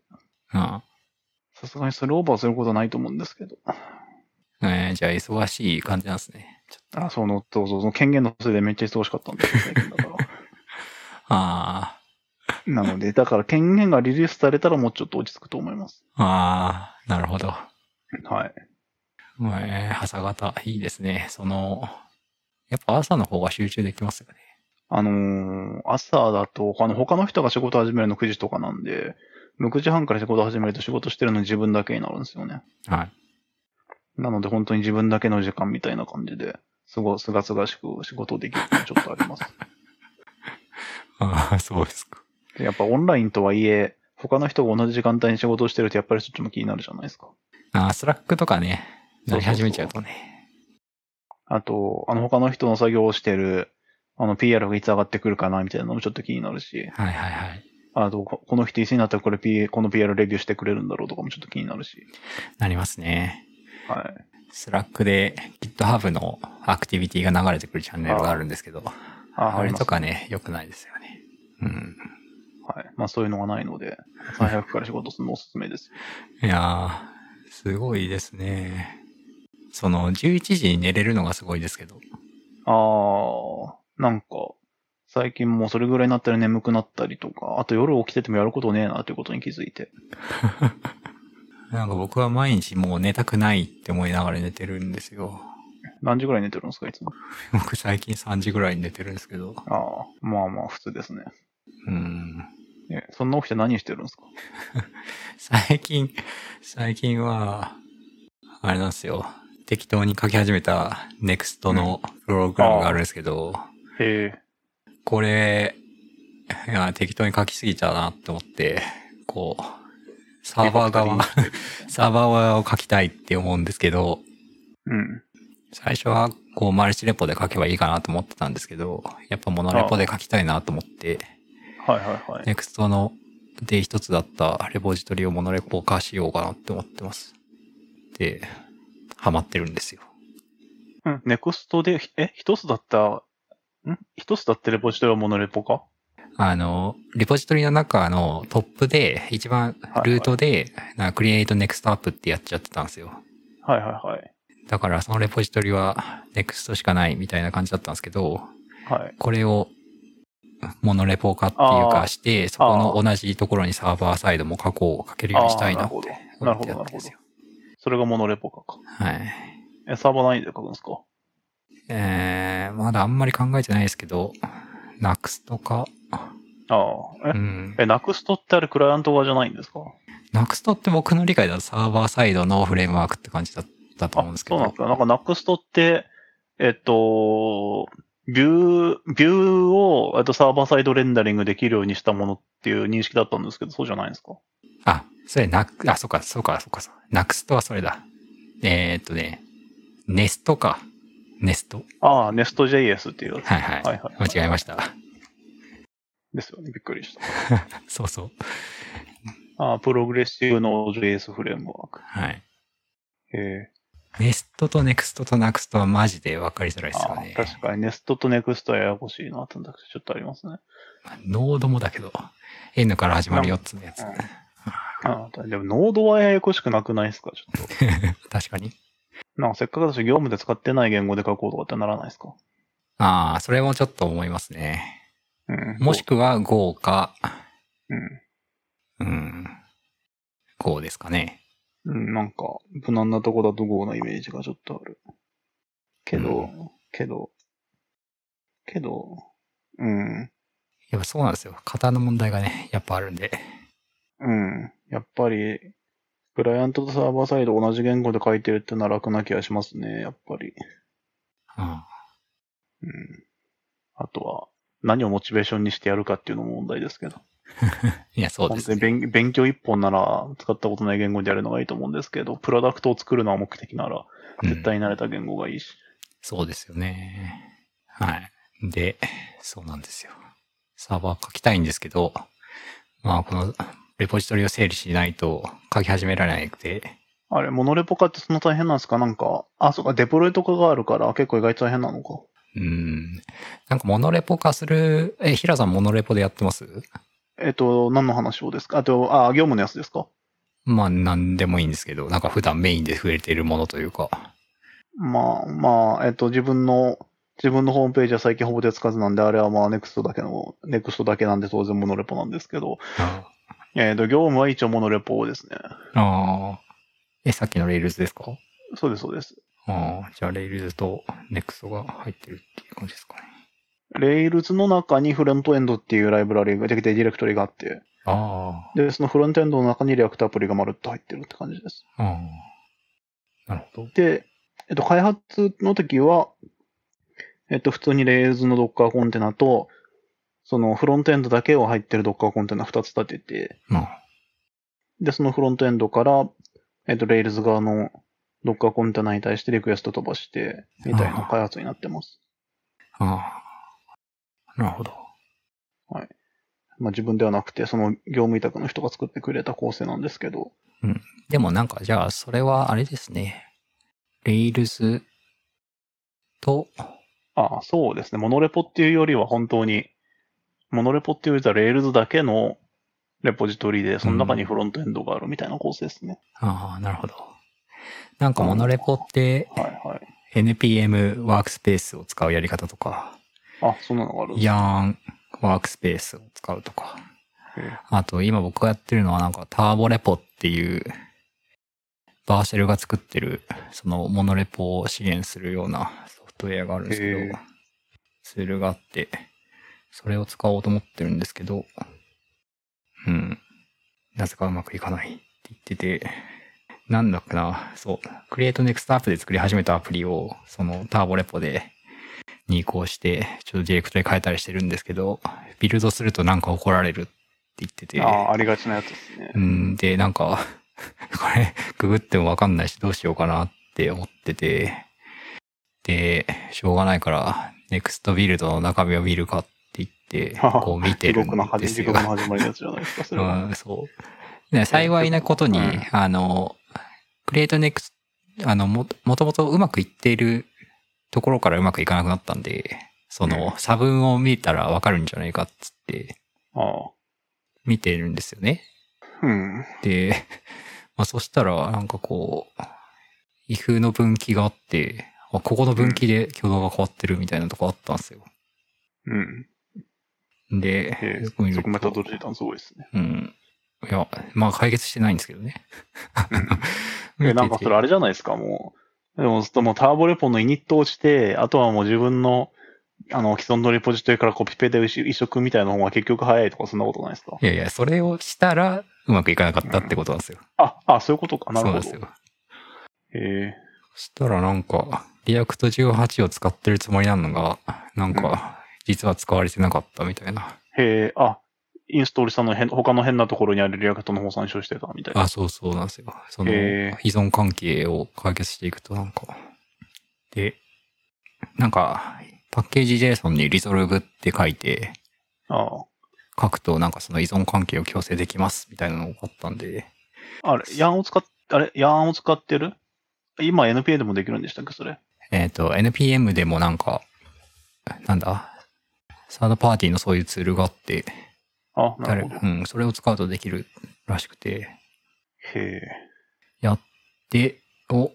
うん。さすがにそれオーバーすることはないと思うんですけど。えーじゃあ、忙しい感じなんですね。ちょっとあ、そうの、そうそう、その権限のせいでめっちゃ忙しかったんですよ、最近だから。あなので、だから権限がリリースされたらもうちょっと落ち着くと思います。あ、ああ、なるほど。はい。まあえー、朝方、いいですね。その、やっぱ朝の方が集中できますよね。あのー朝だと、あの、他の人が仕事始めるの9時とかなんで、6時半から仕事始めると仕事してるの自分だけになるんですよね。はい。なので本当に自分だけの時間みたいな感じで、すごい、すがすがしく仕事できるのはちょっとあります。 ああ、そうですか。でやっぱオンラインとはいえ、他の人が同じ時間帯に仕事をしてるとやっぱりそっちも気になるじゃないですか。ああ、スラックとかね、そなうそうそうり始めちゃうとね。あと、あの他の人の作業をしてる、あの PR がいつ上がってくるかなみたいなのもちょっと気になるし。はいはいはい。あと、ここの人いつになったらこれ P、この PR レビューしてくれるんだろうとかもちょっと気になるし。なりますね。はスラックで GitHub のアクティビティが流れてくるチャンネルがあるんですけど、い。ああれとかね、良くないですよね。うん。はい。まあそういうのがないので、300から仕事するのおすすめです。いやー、すごいですね。その、11時に寝れるのがすごいですけど。ああ、なんか、最近もうそれぐらいになったら眠くなったりとか、あと夜起きててもやることねえなっていうことに気づいて。なんか僕は毎日もう寝たくないって思いながら寝てるんですよ。何時ぐらい寝てるんですか、いつも。僕最近3時ぐらいに寝てるんですけど。ああ、まあまあ普通ですね。うん。え、そんな起きて何してるんですか最近、最近は、あれなんですよ。適当に書き始めた NEXT のプログラムがあるんですけど、へえ、これ、いや、適当に書きすぎたなって思って、こう、サーバー側、 サーバー側を書きたいって思うんですけど、うん。最初はこうマルチレポで書けばいいかなと思ってたんですけど、やっぱモノレポで書きたいなと思って、はいはいはい。 NEXT ので一つだったレポジトリをモノレポ化しようかなって思ってます。で、ハマってるんですよ。うん、ネクストで、ひえ、一つだった、ん一つだってレポジトリはモノレポかあの、レポジトリの中のトップで、一番ルートで、なんか create next up ってやっちゃってたんですよ。はいはいはい。だからそのレポジトリは next しかないみたいな感じだったんですけど、はい。これをモノレポ化っていうあーかして、そこの同じところにサーバーサイドも加工をかけるようにしたいなってあー思なるっほてどやったんですよ。それがモノレポかか。はい。え、サーバー何で書くんですかえー、まだあんまり考えてないですけど、なくすとか、ああ、えう、ん。え、ナクストってあれクライアント側じゃないんですかなくすとって僕の理解だとサーバーサイドのフレームワークって感じだったと思うんですけそうなんどです、か。なんかナクストって、えっと、ビュー、ビューを、えっと、サーバーサイドレンダリングできるようにしたものっていう認識だったんですけど、そうじゃないんですかあ、それなく、あ、そうか、そうか、そうか、そうなくすとはそれだ。えー、っとね、ネストか。ネスト。ああ、Nest.js っていうやつ。はいはい。はいはい。間違えました。ですよね。びっくりした。 そうそう。ああ、プログレッシブの JS フレームワーク。はい。へえ。ネストとネクストとナクストはマジで分かりづらいですよあねあ。確かに Nest と Next はややこしいな、選択肢ちょっとありますね。ノードもだけど、N から始まる4つのやつうん。ああ、でもノードはややこしくなくないですかちょっと。確かに。なんかせっかくだし業務で使ってない言語で書こうとかってならないですかああ、それもちょっと思いますね。うん。もしくは Go か、うん。うん、Go ですかね。うん、なんか、無難なとこだと GO のイメージがちょっとある。けど、うけど、けど、うん、やっぱそうなんですよ。型の問題がね、やっぱあるんで。うん。やっぱり、クライアントとサーバーサイド同じ言語で書いてるってのは楽な気がしますね、やっぱり。うん、うん。あとは、何をモチベーションにしてやるかっていうのも問題ですけど。いや、そうで本す当にね。勉勉強一本なら使ったことない言語でやるのがいいと思うんですけど、プロダクトを作るのは目的なら、絶うん対に慣れた言語がいいし。そうですよね。はい。で、そうなんですよ。サーバー書きたいんですけど、まあ、このレポジトリを整理しないと書き始められなくて、あれ、モノレポ化ってそんな大変なんですかなんか、あ、そうか、デプロイとかがあるから、結構意外と大変なのか。うん。なんかモノレポ化する、え、平さんモノレポでやってますえっと、何の話をですかあと、あ、業務のやつですかまあ、なんでもいいんですけど、なんか普段メインで触れているものというか。まあ、まあ、えっと、自分の、自分のホームページは最近ほぼ手つかずなんで、あれはまあ、ネクストだけの、ネクストだけなんで当然モノレポなんですけど、あえっと、業務は一応モノレポですね。あ。え、さっきのレイルズですかそうです、そうです。ああ、じゃあレイルズとネクストが入ってるっていう感じですかね。レイルズの中にフロントエンドっていうライブラリが、できてディレクトリがあって、あで、そのフロントエンドの中にリアクトアプリがまるっと入ってるって感じです。あ。ああ。なるほど。で、えっと、開発の時は、えっと、普通にレイズの Docker コンテナと、そのフロントエンドだけを入ってる Docker コンテナ2つ立てて、まあ。で、そのフロントエンドから、えっと、レイルズ側の Docker コンテナに対してリクエスト飛ばして、みたいな開発になってます。ああ。なるほど。まあ自分ではなくて、その業務委託の人が作ってくれた構成なんですけど、でもなんか、じゃあ、それはあれですね。レイルズとあそうですね。モノレポっていうよりは本当に、モノレポっていうよりはレールズだけのレポジトリで、その中にフロントエンドがあるみたいな構成ですね。ああ、なるほど。なんかモノレポってはいはい。 NPM ワークスペースを使うやり方とか、あ、そんなのがあるんですヤーンワークスペースを使うとか、ねあと今僕がやってるのはなんかターボレポっていうバーシェルが作ってるそのモノレポを支援するようなソフトウェアがあるんですへけーど、ツールがあって、それを使おうと思ってるんですけど、うん。なぜかうまくいかないって言ってて、なんだかな、そう、クリエイトネクストアップで作り始めたアプリを、そのターボレポで、に移行して、ちょっとディレクトで変えたりしてるんですけど、ビルドするとなんか怒られるって言ってて。ああ、ありがちなやつですねう。ん、で、なんか、 これ、ググってもわかんないし、どうしようかなって思ってて、で、しょうがないから、ネクストビルドの中身を見るかって言 って、こう見て地る獄のんで始す地よ獄。の始まりのやつじゃないですか、それは。うん、そう。ね幸いなことに、うんあの、クリエイトネクスト、あの、も、もともとうまくいっているところからうまくいかなくなったんで、その、差分を見たらわかるんじゃないかっつって、あ見てるんですよね。あ。うん。で、 まあ、そしたら、なんかこう、if の分岐があって、あここの分岐で挙動が変わってるみたいなとこあったんですよ。うん。で、ええよく見るとそこメタドロジータンすごいですね。うん。いや、まあ解決してないんですけどね。え、なんかそれあれじゃないですか、もう。でも、ずっともうターボレポのイニットをして、あとはもう自分の、あの、既存のレポジトリからコピペで移植みたいな方が結局早いとか、そんなことないですかいやいや、それをしたらうまくいかなかったってことなんですよ。あ、あ、そういうことか。なそうるなほんでどす。よ。へえそしたらなんか、リアクト18を使ってるつもりなのが、なんうんか、実は使われてなかったみたいな。へえあ、インストールしたの変、他の変なところにあるリアクトの方参照してたみたいな。あ、そうそうなんですよ。その、へ依存関係を解決していくとなんか、で、なんか、パッケージ JSON にリゾルブって書いて、あ書くとなんかその依存関係を強制できますみたいなのがあったんで、あ。あれ、ヤンを使っ、あれ、ヤンを使ってる今 NPA でもできるんでしたっけ、それ。えっ、と、NPM でもなんか、なんだ、サードパーティーのそういうツールがあって、あ、な誰るほど。うん、それを使うとできるらしくて、へえ。やって、お、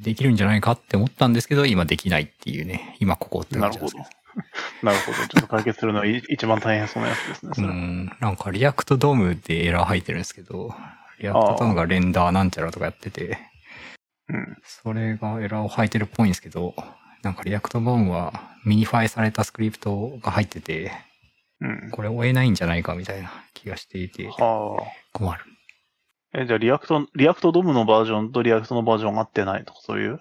できるんじゃないかって思ったんですけど、今できないっていうね、今ここってな感るじなんでほどすけど。。 なるほど。ちょっと解決するのはい一番大変そうなやつですね、それ。うん、なんかリアクトドームでエラー入ってるんですけど、リアクトドームがレンダーなんちゃらとかやってて、うん。それがエラーを吐いてるっぽいんですけど、なんかリアクトドームはミニファイされたスクリプトが入ってて、うん。これ追えないんじゃないかみたいな気がしていて、は困る。あ。え、じゃあ、リアクト、リアクトドムのバージョンとリアクトのバージョンが合ってないとか、そういう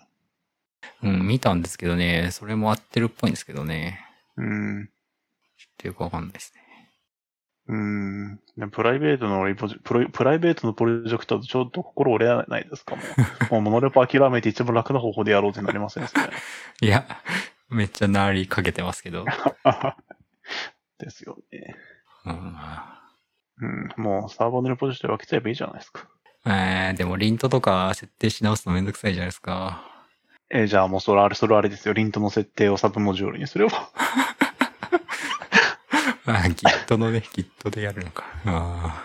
うん、見たんですけどね、それも合ってるっぽいんですけどね、うん。ちょっとよくわかんないですね。うーん。でプライベートのリポジプロ、プライベートのプロジェクトだとちょっと心折れないですかもう。もうモノレポ諦めて一番楽な方法でやろうってなりません、それいや、めっちゃなりかけてますけど、 ですよね。うん、うん。もうサーバーのレポジトリ分けちゃえばいいじゃないですか。えー、でもリントとか設定し直すのめんどくさいじゃないですか。えーじゃあもうそれあれ、それはあれですよ。リントの設定をサブモジュールにすれば。あ、Git のね、Git でやるのか。あ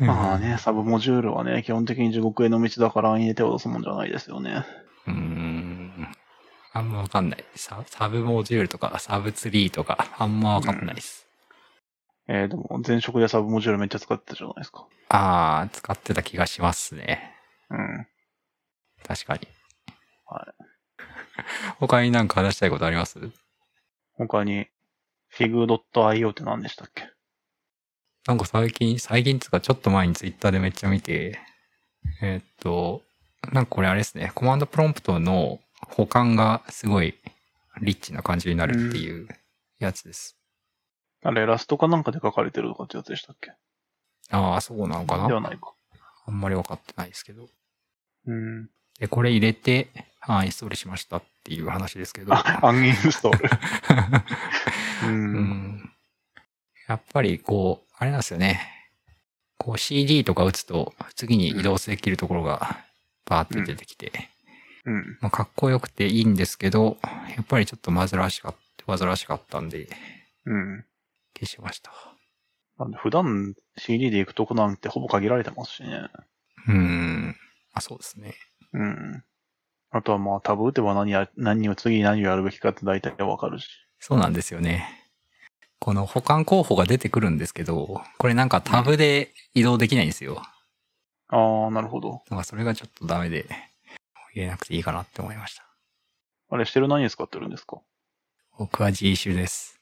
あ。 まあね、サブモジュールはね、基本的に地獄への道だから暗に手を出すもんじゃないですよね。うーん。あんまわかんない。ササブモジュールとか、サブツリーとか、あんまわかんないです。えーでも前職でサブモジュールめっちゃ使ってたじゃないですか。ああ、使ってた気がしますね。うん。確かに。は 他になんか話したいことあります他に、fig.io って何でしたっけなんか最近、最近つうかちょっと前にツイッターでめっちゃ見て、えーっと、なんかこれあれですね、コマンドプロンプトの保管がすごいリッチな感じになるっていうやつです。あれ、ラストかなんかで書かれてるとかってやつでしたっけああ、そうなのかではなないか。あんまり分かってないですけど。うん。で、これ入れて、あインストールしましたっていう話ですけど。あ、 アンインストール。う。うんん、やっぱりこう、あれなんですよね。こう CD とか打つと、次に移動できるところがバーって出てきて、うん。まあ、かっこよくていいんですけど、やっぱりちょっと煩わしかった、煩わしかったんで、うん。消しました。なんで普段 CD で行くとこなんてほぼ限られてますしね。うーん。あ、そうですね。うん。あとはまあタブ打てば何や、何を次何をやるべきかって大体わかるし。そうなんですよね。この保管候補が出てくるんですけど、これなんかタブで移動できないんですよ。ああ、なるほど。なんかそれがちょっとダメで、入れなくていいかなって思いました。あれ、してる何に使ってるんですか僕は G 種です。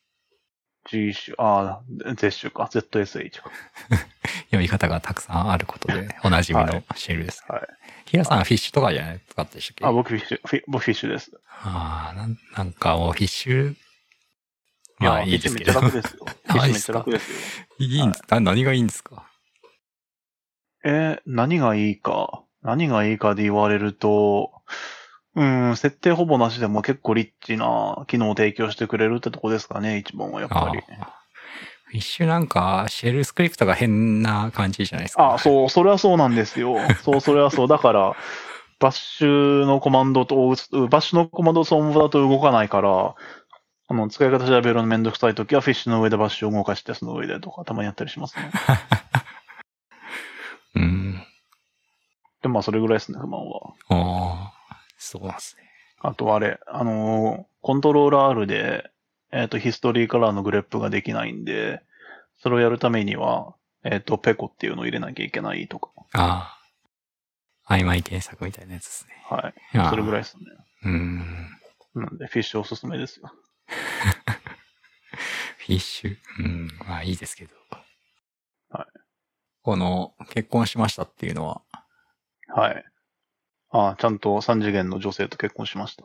?G 種、ああ、Z 種か。ZSH か。呼び方がたくさんあることで、おなじみ はのシェルです。はいヒラさんはフィッシュとかじゃないかったでしたっけあ、僕フィッシュ、フィ僕フィッシュです。ああ、なんなんかもう必修いやまあいいですけどフィ。ッシュめ っちゃ楽ですよ。フィッシュめっちゃ楽ですよ。いいんです、な何がいいんですかえー何がいいか。何がいいかで言われると、うん、設定ほぼなしでも結構リッチな機能を提供してくれるってとこですかね、一番はやっぱあり。あフィッシュなんか、シェルスクリプトが変な感じじゃないですか。あ、そう、それはそうなんです よ。そう、それはそう。だから、バッシュのコマンドと、バッシュのコマンドそのままだと動かないから、あの、使い方調べるのめんどくさいときは、フィッシュの上でバッシュを動かして、その上でとか、たまにやったりしますね。うん。で、まあ、それぐらいですね、不満は。ああ、そうなんですね。あと、あれ、あのーコントローラー R で、えっ、と、ヒストリーカラーのグレップができないんで、それをやるためには、えっ、と、ペコっていうのを入れなきゃいけないとか。ああ。曖昧検索みたいなやつですね。はい。ああそれぐらいですね。うん。なんで、フィッシュおすすめですよ。フィッシュ。うん。まあいいですけど。はい。この、結婚しましたっていうのは、はい。あちゃんと三次元の女性と結婚しました。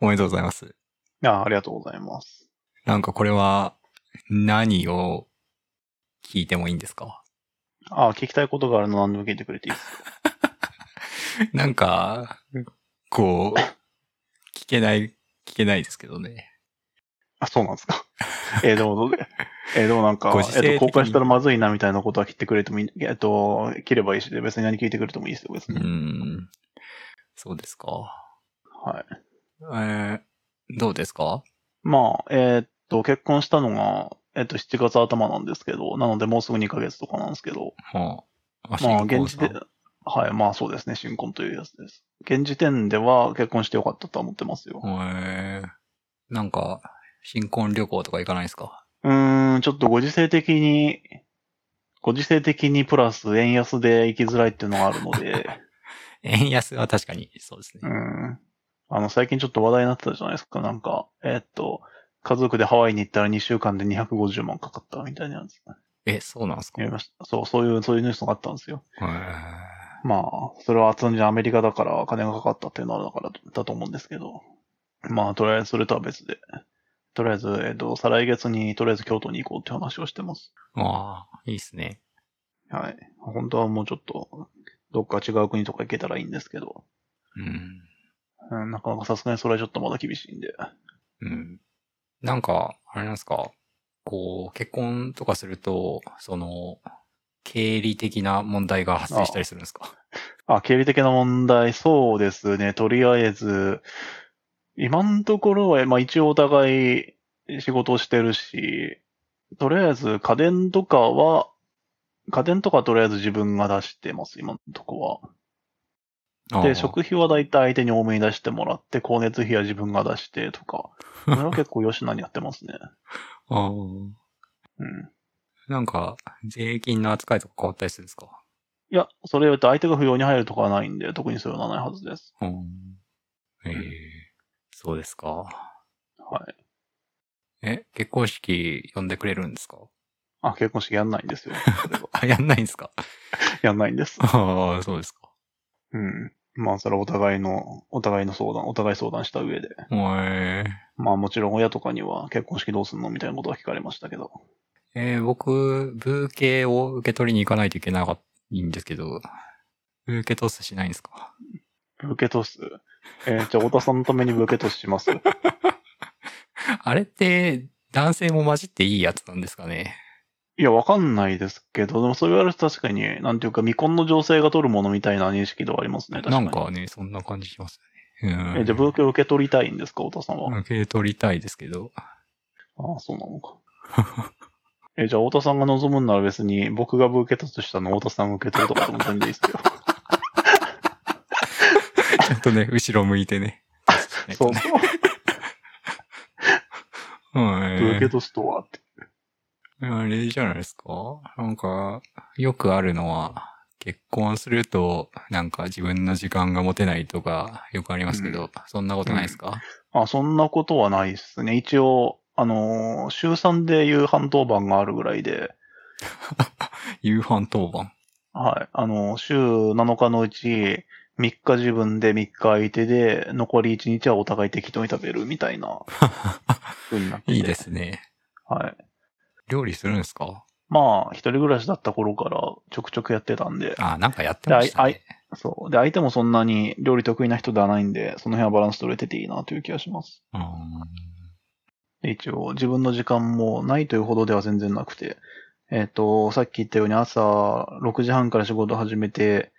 おめでとうございます。あありがとうございます。なんかこれは、何を聞いてもいいんですかあ聞きたいことがあるの何でも聞いてくれていいですかなんか、こう、聞けない、聞けないですけどね。あ、そうなんです か。えーでも、えーでもなんかご時、世え的にーと、公開したらまずいなみたいなことは切ってくれてもいい、えっと、切ればいいし、別に何聞いてくれてもいいですよ、別うに。ん。そうですか。はい。えー、どうですかまあ、えーっと、結婚したのが、えーっと、7月頭なんですけど、なのでもうすぐ2ヶ月とかなんですけど、はあ。あまあ、新婚現時さん点、はい、まあそうですね、新婚というやつです。現時点では結婚してよかったとは思ってますよ。へえなんか、新婚旅行とか行かないですかうーん、ちょっとご時世的に、ご時世的にプラス円安で行きづらいっていうのがあるの で、円安は確かにそうですうね。ん。あの、最近ちょっと話題になってたじゃないですか、なんか、えーっと、家族でハワイに行ったら2週間で250万かかったみたいなやつ。え、そうなんですか見へました。そう、そういう、そういうニュースがあったんですよ。えまあ、それは単純にアメリカだから金がかかったっていうのはだからだと思うんですけど。まあ、とりあえずそれとは別で。とりあえず、えっと、再来月にとりあえず京都に行こうっていう話をしてます。ああ、いいですね。はい。本当はもうちょっと、どっか違う国とか行けたらいいんですけど、うん。うん、なかなかさすがにそれはちょっとまだ厳しいんで。うん。なんか、あれなんですか、こう、結婚とかすると、その、経理的な問題が発生したりするんですかあ、経理的な問題、そうですね。とりあえず、今のところは、まあ一応お互い仕事をしてるし、とりあえず家電とかは、家電とかはとりあえず自分が出してます、今のとこあは。あで、食費はだいたい相手に多めに出してもらって、光熱費は自分が出してとか、それは結構吉なにやってますね。ああうん。なんか、税金の扱いとか変わったりするんですかいや、それ言うと相手が不要に入るとかはないんで、特にそういうのはないはずです。うん。ええそうですか。はい。え、結婚式呼んでくれるんですかあ、結婚式やんないんですよ。それはあ、やんないんですか やんないんです。ああ、そうですか。うん。まあ、それはお互いの、お互いの相談、お互い相談した上で。おえまあ、もちろん親とかには結婚式どうすんのみたいなことは聞かれましたけど。えー僕、ブーケを受け取りに行かないといけなかったんですけど、ブーケトスしないんですか ブーケトス。えーじゃあ、太田さんのためにブーケトスします。あれって、男性も混じっていいやつなんですかねいや、わかんないですけど、でもそう言われると確かに、なんていうか、未婚の女性が取るものみたいな認識ではありますね。確かなに。んかね、そんな感じしますよね。うん。え、じゃあ、文献を受け取りたいんですか、太田さんは。受け取りたいですけど。 ああ、そうなのか。え、じゃあ、太田さんが望むんなら別に、僕が受け取ったとしたら太田さんが受け取るとかでも全然いいです よ。ちゃんとね、後ろ向いてね。 そう。 うん。受け取すとはって。あれじゃないですかなんか、よくあるのは、結婚すると、なんか自分の時間が持てないとか、よくありますけど、そんなことないですか、あ、そんなことはないですね。一応、あのー週3で夕飯当番があるぐらいで、夕飯当番。 はい。あのー週7日のうち、3日自分で3日相手で、残り1日はお互い適当に食べるみたいな風になってていいで。すね。はい。料理するんですかまあ、一人暮らしだった頃からちょくちょくやってたんで、あ、なんかやってましたね。そう。で、相手もそんなに料理得意な人ではないんで、その辺はバランス取れてていいなという気がします。うんで一応、自分の時間もないというほどでは全然なくて、えっ、と、さっき言ったように朝6時半から仕事を始めて、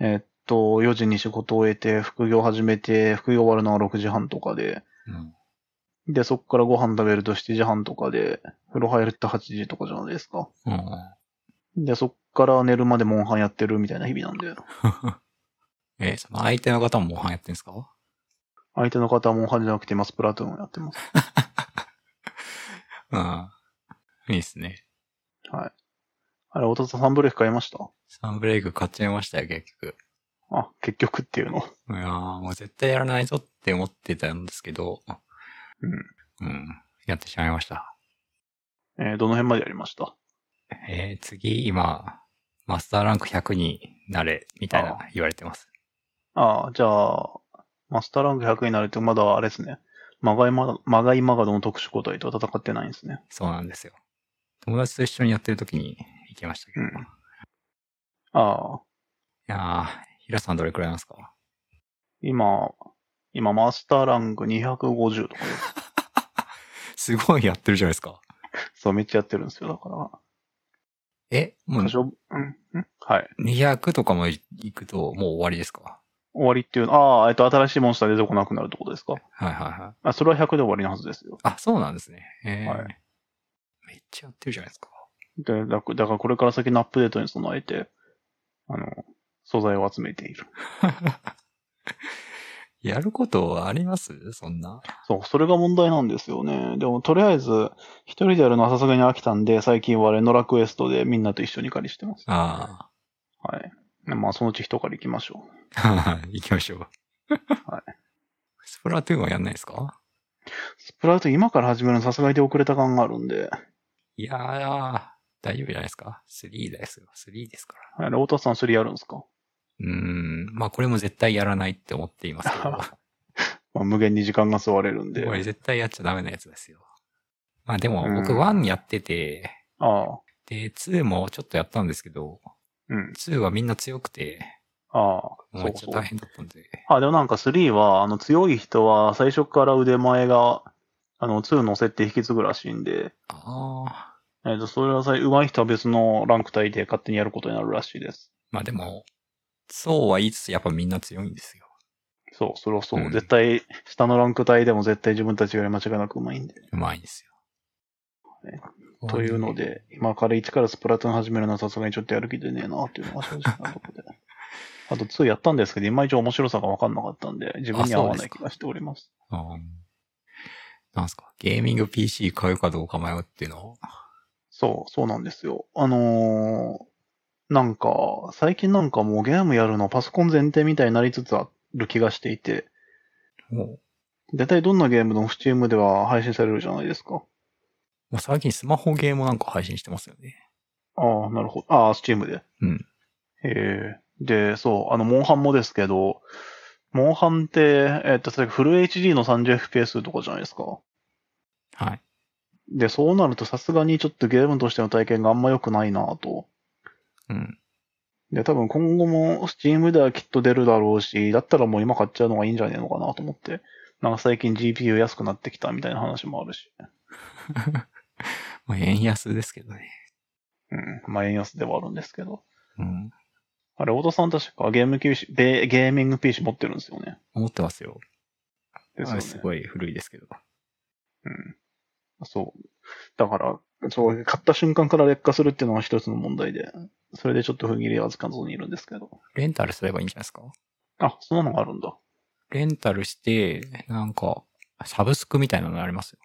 えっ、と、4時に仕事を終えて、副業を始めて、副業終わるのが6時半とかで、うん。で、そこからご飯食べると7時半とかで、風呂入ると8時とかじゃないですか。うん。で、そこから寝るまでモンハンやってるみたいな日々なんで、 え、その相手の方も模範やってんですか相手の方はモンハンじゃなくて今スプラトゥーンをやってます。うん。いいですね。はい。あれ、弟さんサンブレーク買いましたサンブレイク買っちゃいましたよ、結局。あ、結局っていうの。いやーもう絶対やらないぞって思ってたんですけど、うん。やってしまいました。えーどの辺までやりましたえー次、今、マスターランク100になれ、みたいなあ言われてます。ああ、じゃあ、マスターランク100になるとまだあれですね。マガイマガマガイマガドの特殊個体とは戦ってないんですね。そうなんですよ。友達と一緒にやってる時に行きましたけど。うんいああ、やー、平さんどれくらいなんですか今、今マスターランク250とかです。すごいやってるじゃないですか。そう、めっちゃやってるんですよ。だかえ、もら、う箇所、うん、うん、はい。 200とかもいくともう終わりですか終わりっていうの、ああ、えっと、新しいモンスター出てこなくなるとこですかはいはいはい。あ、それは100で終わりなはずですよ。あ、そうなんですね。えーはいめっちゃやってるじゃないですか。で、だだからこれから先のアップデートに備えて、あの、素材を集めている。やることありますそんな。そう、それが問題なんですよね。でも、とりあえず、一人でやるのはさすがに飽きたんで、最近はレノラクエストでみんなと一緒に狩りしてます。あはい。まあ、そのうち一狩り行きましょう。あ。 行きましょう。はいスプラトゥーンはやんないですかスプラウト今から始めるのさすがに遅れた感があるんで、いやー、大丈夫じゃないですか ?3 ですよ。3ですから。はい、ロータスさん3やるんです かうーん。まあこれも絶対やらないって思っています けど。まあ、無限に時間が吸われるんでこ。れ絶対やっちゃダメなやつですよ。まあでも僕うん1やってて、ああ、で、2もちょっとやったんですけど、うん。 2はみんな強くて、ああ、もそうちょうっそとう大。変だったんで。あ、でもなんか3は、あの、強い人は最初から腕前が、あの、2の設定引き継ぐらしいんで、ああ。えっ、と、それはさ、上手い人は別のランク帯で勝手にやることになるらしいです。まあでも、そうは言いつつやっぱみんな強いんですよ。そう、それはそう。うん絶対、下のランク帯でも絶対自分たちより間違いなくうまいんで。うまいんですねよ。というの。で、今から1からスプラトゥーン始めるのはさすがにちょっとやる気出ねえなっていうのが正直なと こで。あと2やったんですけど、いまいち面白さがわかんなかったんで、自分に合わない気がしております。うんなんすかゲーミング PC 買うかどうか迷うっていうのそう、そうなんですよ。あのー、なんか、最近なんかもうゲームやるのパソコン前提みたいになりつつある気がしていて、もう、も大体どんなゲームでも Steam では配信されるじゃないですか。う最近スマホゲームなんか配信してますよね。ああ、なるほど。ああ、スチームで。うん。ええで、そう、あの、モンハンもですけど、モンハンって、えっと、さフル HD の 30fps とかじゃないですか。はい。で、そうなるとさすがにちょっとゲームとしての体験があんま良くないなと。うん。で、多分今後も Steam ではきっと出るだろうし、だったらもう今買っちゃうのがいいんじゃねえのかなと思って。なんか最近 GPU 安くなってきたみたいな話もあるし。 まあ円安ですけどね。うん、まあ円安ではあるんですけど。うん。あれ、太田さん確かゲーム PC、ベゲーミング PC 持ってるんですよね。思ってますよ。ですあれよね。すごい古いですけど。うん。そう。だから、そう、買った瞬間から劣化するっていうのが一つの問題で、それでちょっと踏ん切りはつかずにいるんですけど。レンタルすればいいんじゃないですかあ、そんなのがあるんだ。レンタルして、なんか、サブスクみたいなのありますよ。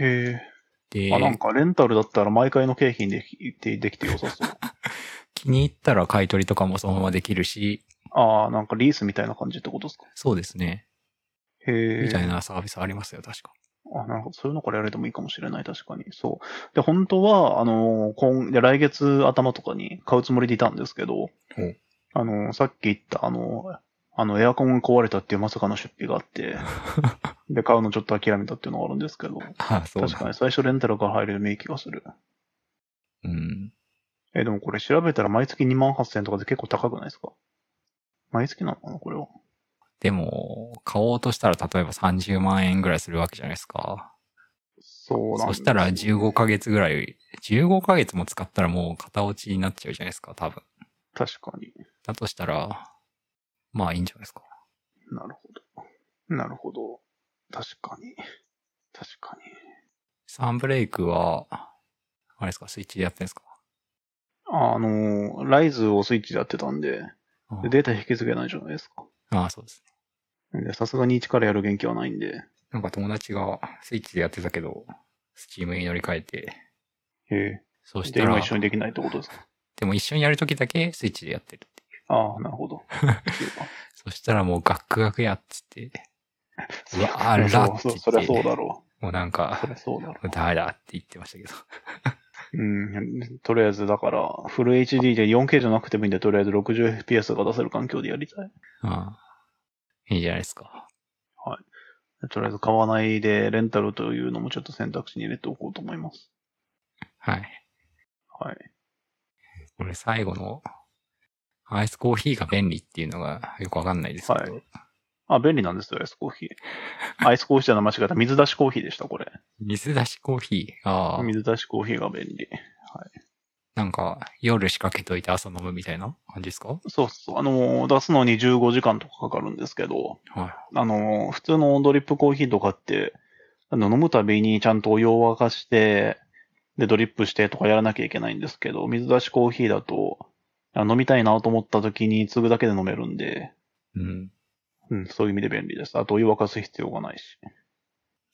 へえ。あ、なんで、かレンタルだったら毎回の景品できて、できて良さそう。気に入ったら買い取りとかもそのままできるし、ああ、なんかリースみたいな感じってことですかそうですね。へえ。みたいなサービスありますよ、確か。あ、なるほど。そういうのからやれてもいいかもしれない、確かに。そう。で、本当は、あのー、今、で来月頭とかに買うつもりでいたんですけどうん、あのー、さっき言った、あのー、あの、エアコンが壊れたっていうまさかの出費が あって、で、買うのちょっと諦めたっていうのがあるんですけど、あそう 確かに最初レンタルから入れるのいい気がする。うん。え、でもこれ調べたら毎月2万8000円とかで結構高くないですか毎月なのかな、これは。でも、買おうとしたら例えば30万円ぐらいするわけじゃないですか。そうなんそですしたら15ヶ月ぐらい、15ヶ月も使ったらもう片落ちになっちゃうじゃないですか、多分。確かに。だとしたら、まあいいんじゃないですか。なるほど。なるほど。確かに。確かに。サンブレイクは、あれですか、スイッチでやってんですかあの、ライズをスイッチでやってたんで、あでデータ引き継げないじゃないですか。ああ、そうですね。でさすがに一からやる元気はないんで。なんか友達がスイッチでやってたけど、スチームに乗り換えて、へえ。そしじたゃあら今、一緒にできないってことですかでも一緒にやるときだけスイッチでやってるっていう。ああ、なるほ ど。そうかそしたらもうガックガクやっつって、うわあらそっうてそ言ってう、そりゃそうだろもうなんう。そりか、ゃそうだろダメだって言ってましたけど。う。うん。とりあえず、だから、フル HD で 4K じゃなくてもいいんで、とりあえず 60fps が出せる環境でやりたい。ああいいじゃないですか。とりあえず買わないで、レンタルというのもちょっと選択肢に入れておこうと思います。はい。はい。これ最後の、アイスコーヒーが便利っていうのがよくわかんないですけど。はあ、便利なんですよ、アイスコーヒー。アイスコーヒーじゃない、間違えた。水出しコーヒーでした、これ。水出しコーヒー。ああ、水出しコーヒーが便利。なんか夜仕掛けといて朝飲むみたいな感じですかそうそう。あのー、出すのに15時間とかかかるんですけど、はい。あのー、普通のドリップコーヒーとかって、あの飲むたびにちゃんとお湯を沸かして、で、ドリップしてとかやらなきゃいけないんですけど、水出しコーヒーだと、あ飲みたいなと思った時に継ぐだけで飲めるんで、うん。うん、そういう意味で便利です。あとお湯沸かす必要がないし。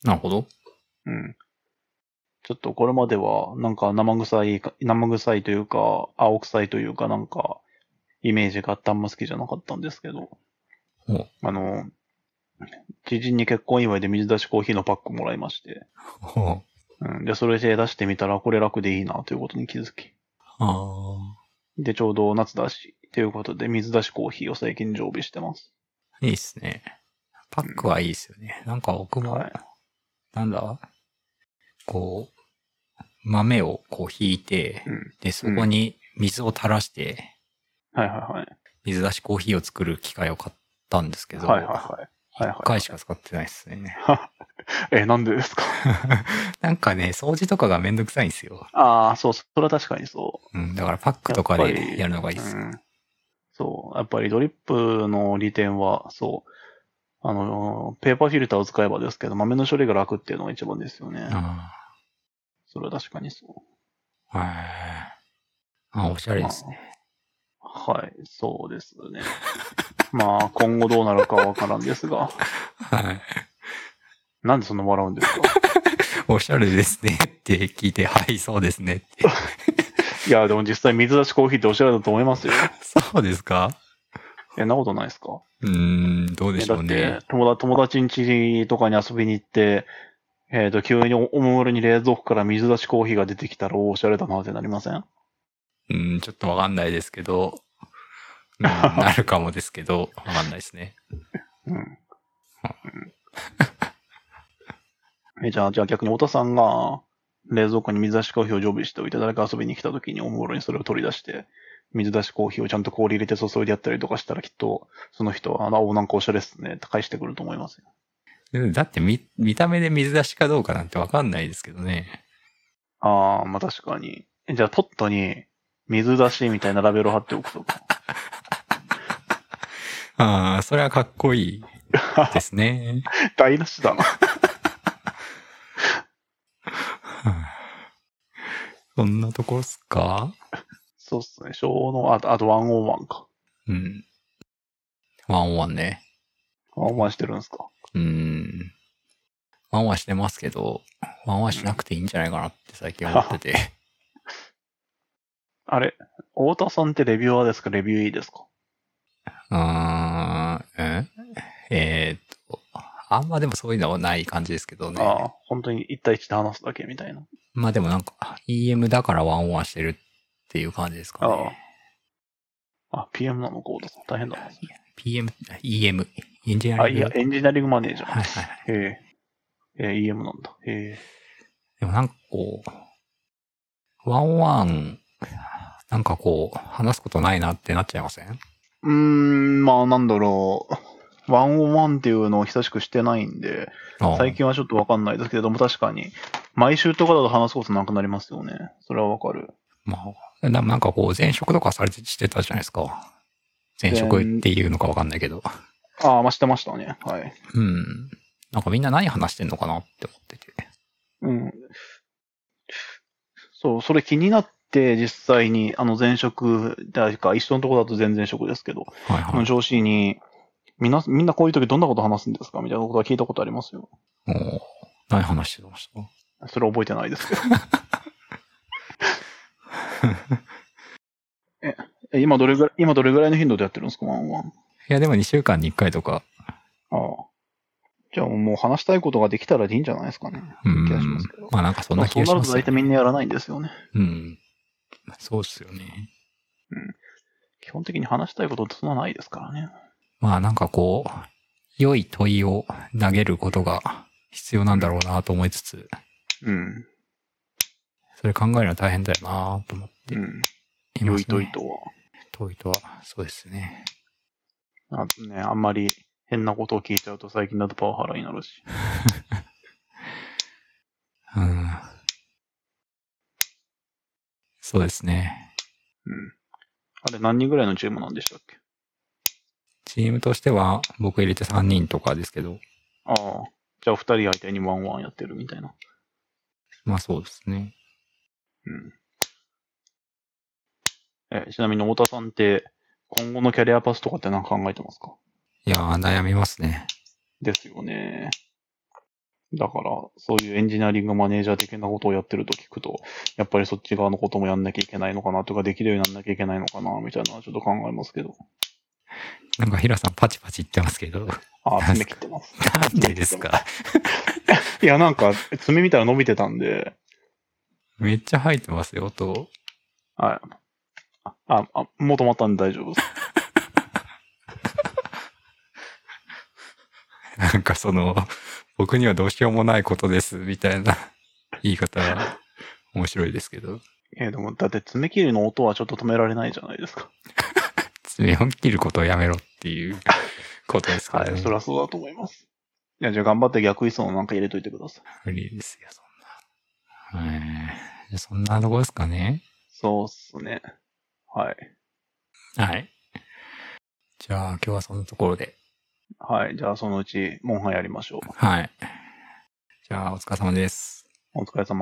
なるほど。 うん。ちょっとこれまでは、なんか生臭いか、生臭いというか、青臭いというか、なんか、イメージがあってあんま好きじゃなかったんですけどほう、あの、知人に結婚祝いで水出しコーヒーのパックもらいまして、あうん、で、それで出してみたら、これ楽でいいなということに気づき、あで、ちょうど夏だし、ということで、水出しコーヒーを最近常備してます。ー。いいっすね。パックはいいっすよね。なんか僕も、はいなんだこう、豆をこう引いて、うん。で、そこに水を垂らして、はいは水出しコーヒーを作る機械を買ったんですけいど、はい。はいはいはい。はいはい一回しか使ってないですね。 え、なんでですかなんかね、掃除とかがめんどくさいんですよ。ああ、そう、それは確かにそう。うん、だからパックとかやっぱりでやるのがいいです。うんそう。やっぱりドリップの利点は、そう。あの、ペーパーフィルターを使えばですけど、豆の処理が楽っていうのが一番ですよね。あそれは確かにそあ、はい。あ、おしゃう。れですね。まあはい、そうですね。 まあ、今後どうなるかはわからんですが、はい。なんでそんな笑うんですかおしゃれですねって聞いて、はい、そうですねって。 いや、でも実際水出しコーヒーっておしゃれだと思いますよ。そうですかえ、なことないですかうーん、どうでえしだょっうて、ね。友達友達ん家とかに遊びに行って、えっ、と、急におおもむろに冷蔵庫から水出しコーヒーが出てきたら、おーおしゃれだなってなりませんうん、ちょっとわかんないですけど、 うん、なるかもですけど、わかんないですね。うん。えじゃあ、じゃあ逆に太田さんが、冷蔵庫に水出しコーヒーを常備しておいて、誰か遊びに来た時におもむろにそれを取り出して、水出しコーヒーをちゃんと氷入れて注いでやったりとかしたら、きっと、その人は、あ、おなんかおしゃれっすねって返してくると思いますよ。うんだって見、見た目で水出しかどうかなんてわかんないですけどね。ああ、まあ確かに。えじゃあ、ポットに水出しみたいなラベルを貼っておくとか。ああ、それはかっこいいです ね。 台無しだな。そんなとこっすかそうっすね。小の、あと、あと101か。うん。ワンワンね。 101してるんですか。うん。ワンワンしてますけど、ワンワンしなくていいんじゃないかなって最近思って て。あれ太田さんってレビュアーですかレビューいいですかうーん。ええーっと、あんまでもそういうのはない感じですけどね。ああ、本当に1対1で話すだけみたいな。まあでもなんか、EM だからワンワンしてるっていう感じですかあね。あ。あ、PM なのか、太田さん。大変だな。 PM、EM、エンジニアあ、リいング。や、エンジニアリングマネージャー。はいはい。ええええ EM なんだ。えでもなんかこう、ワンワン、なんかこう、話すことないなってなっちゃいませんえうーん、まあなんだろう。ワンオンワンっていうのを久しくしてないんで、ああ最近はちょっとわかんないですけれども、確かに、毎週とかだと話すことなくなりますよね。それはわかる。まあ、ななんかこう、前職とかされてしてたじゃないですか。前職っていうのかわかんないけど。ああ、まあ、してましたね。はい。うん。なんかみんな何話してんのかなって思ってて。うん。そう、それ気になって、実際に、あの、前職、誰か、一緒のところだと全然職ですけど、はいあのはい。上司に、みんな、みんなこういう時どんなこと話すんですかみたいなことは聞いたことありますよ。おー何話してました それ覚えてないですけど。え、え今どれぐらい、今どれぐらいの頻度でやってるんですかワンワン。いや、でも2週間に1回とか。ああ。じゃあもう話したいことができたらでいいんじゃないですかね。うん気がしますけど。まあなんかそんまなあ気そうがしなるまとす、大ね体。みんなやらないんですよね。うん。そうっすよね。基本的に話したいことってそんなないですからね。まあなんかこう、良い問いを投げることが必要なんだろうなと思いつつ、うん。それ考えるの大変だよなと思ってうん。いま良すね。いといとは。問いとは、そうですね。あとね、あんまり変なことを聞いちゃうと最近だとパワハラになるし。うん。そうですね。うん。あれ何人ぐらいのチームなんでしたっけチームとしては僕入れて3人とかですけど、ああ。じゃあ二人相手にワンワンやってるみたいな。まあそうですね。うん。え、ちなみに太田さんって今後のキャリアパスとかって何か考えてますかいやー、悩みますね。ですよね。だから、そういうエンジニアリングマネージャー的なことをやってると聞くと、やっぱりそっち側のこともやんなきゃいけないのかなとか、できるようになんなきゃいけないのかな、みたいなのはちょっと考えますけど。なんか平さんパチパチ言ってますけど、 あ、爪切ってます。なんでですかいや、なんか、爪見たら伸びてたんで、めっちゃ入ってますよ、音。はい。あ、あ、あもう止まったんで大丈夫です。なんかその、僕にはどうしようもないことです、みたいな言い方は面白いですけど、えーでも、だって爪切りの音はちょっと止められないじゃないですか。爪を切ることをやめろっていうことですかはらい、ねそ。りゃそうだと思います。いや、じゃあ頑張って逆位相のなんか入れといてください。無理ですよ、そんな。はい。そんなとこですかね。そうっすね。はい。はい。じゃあ今日はそのところで。はい。じゃあ、そのうち、モンハンやりましょう。はい。じゃあお疲れ様です。お疲れ様。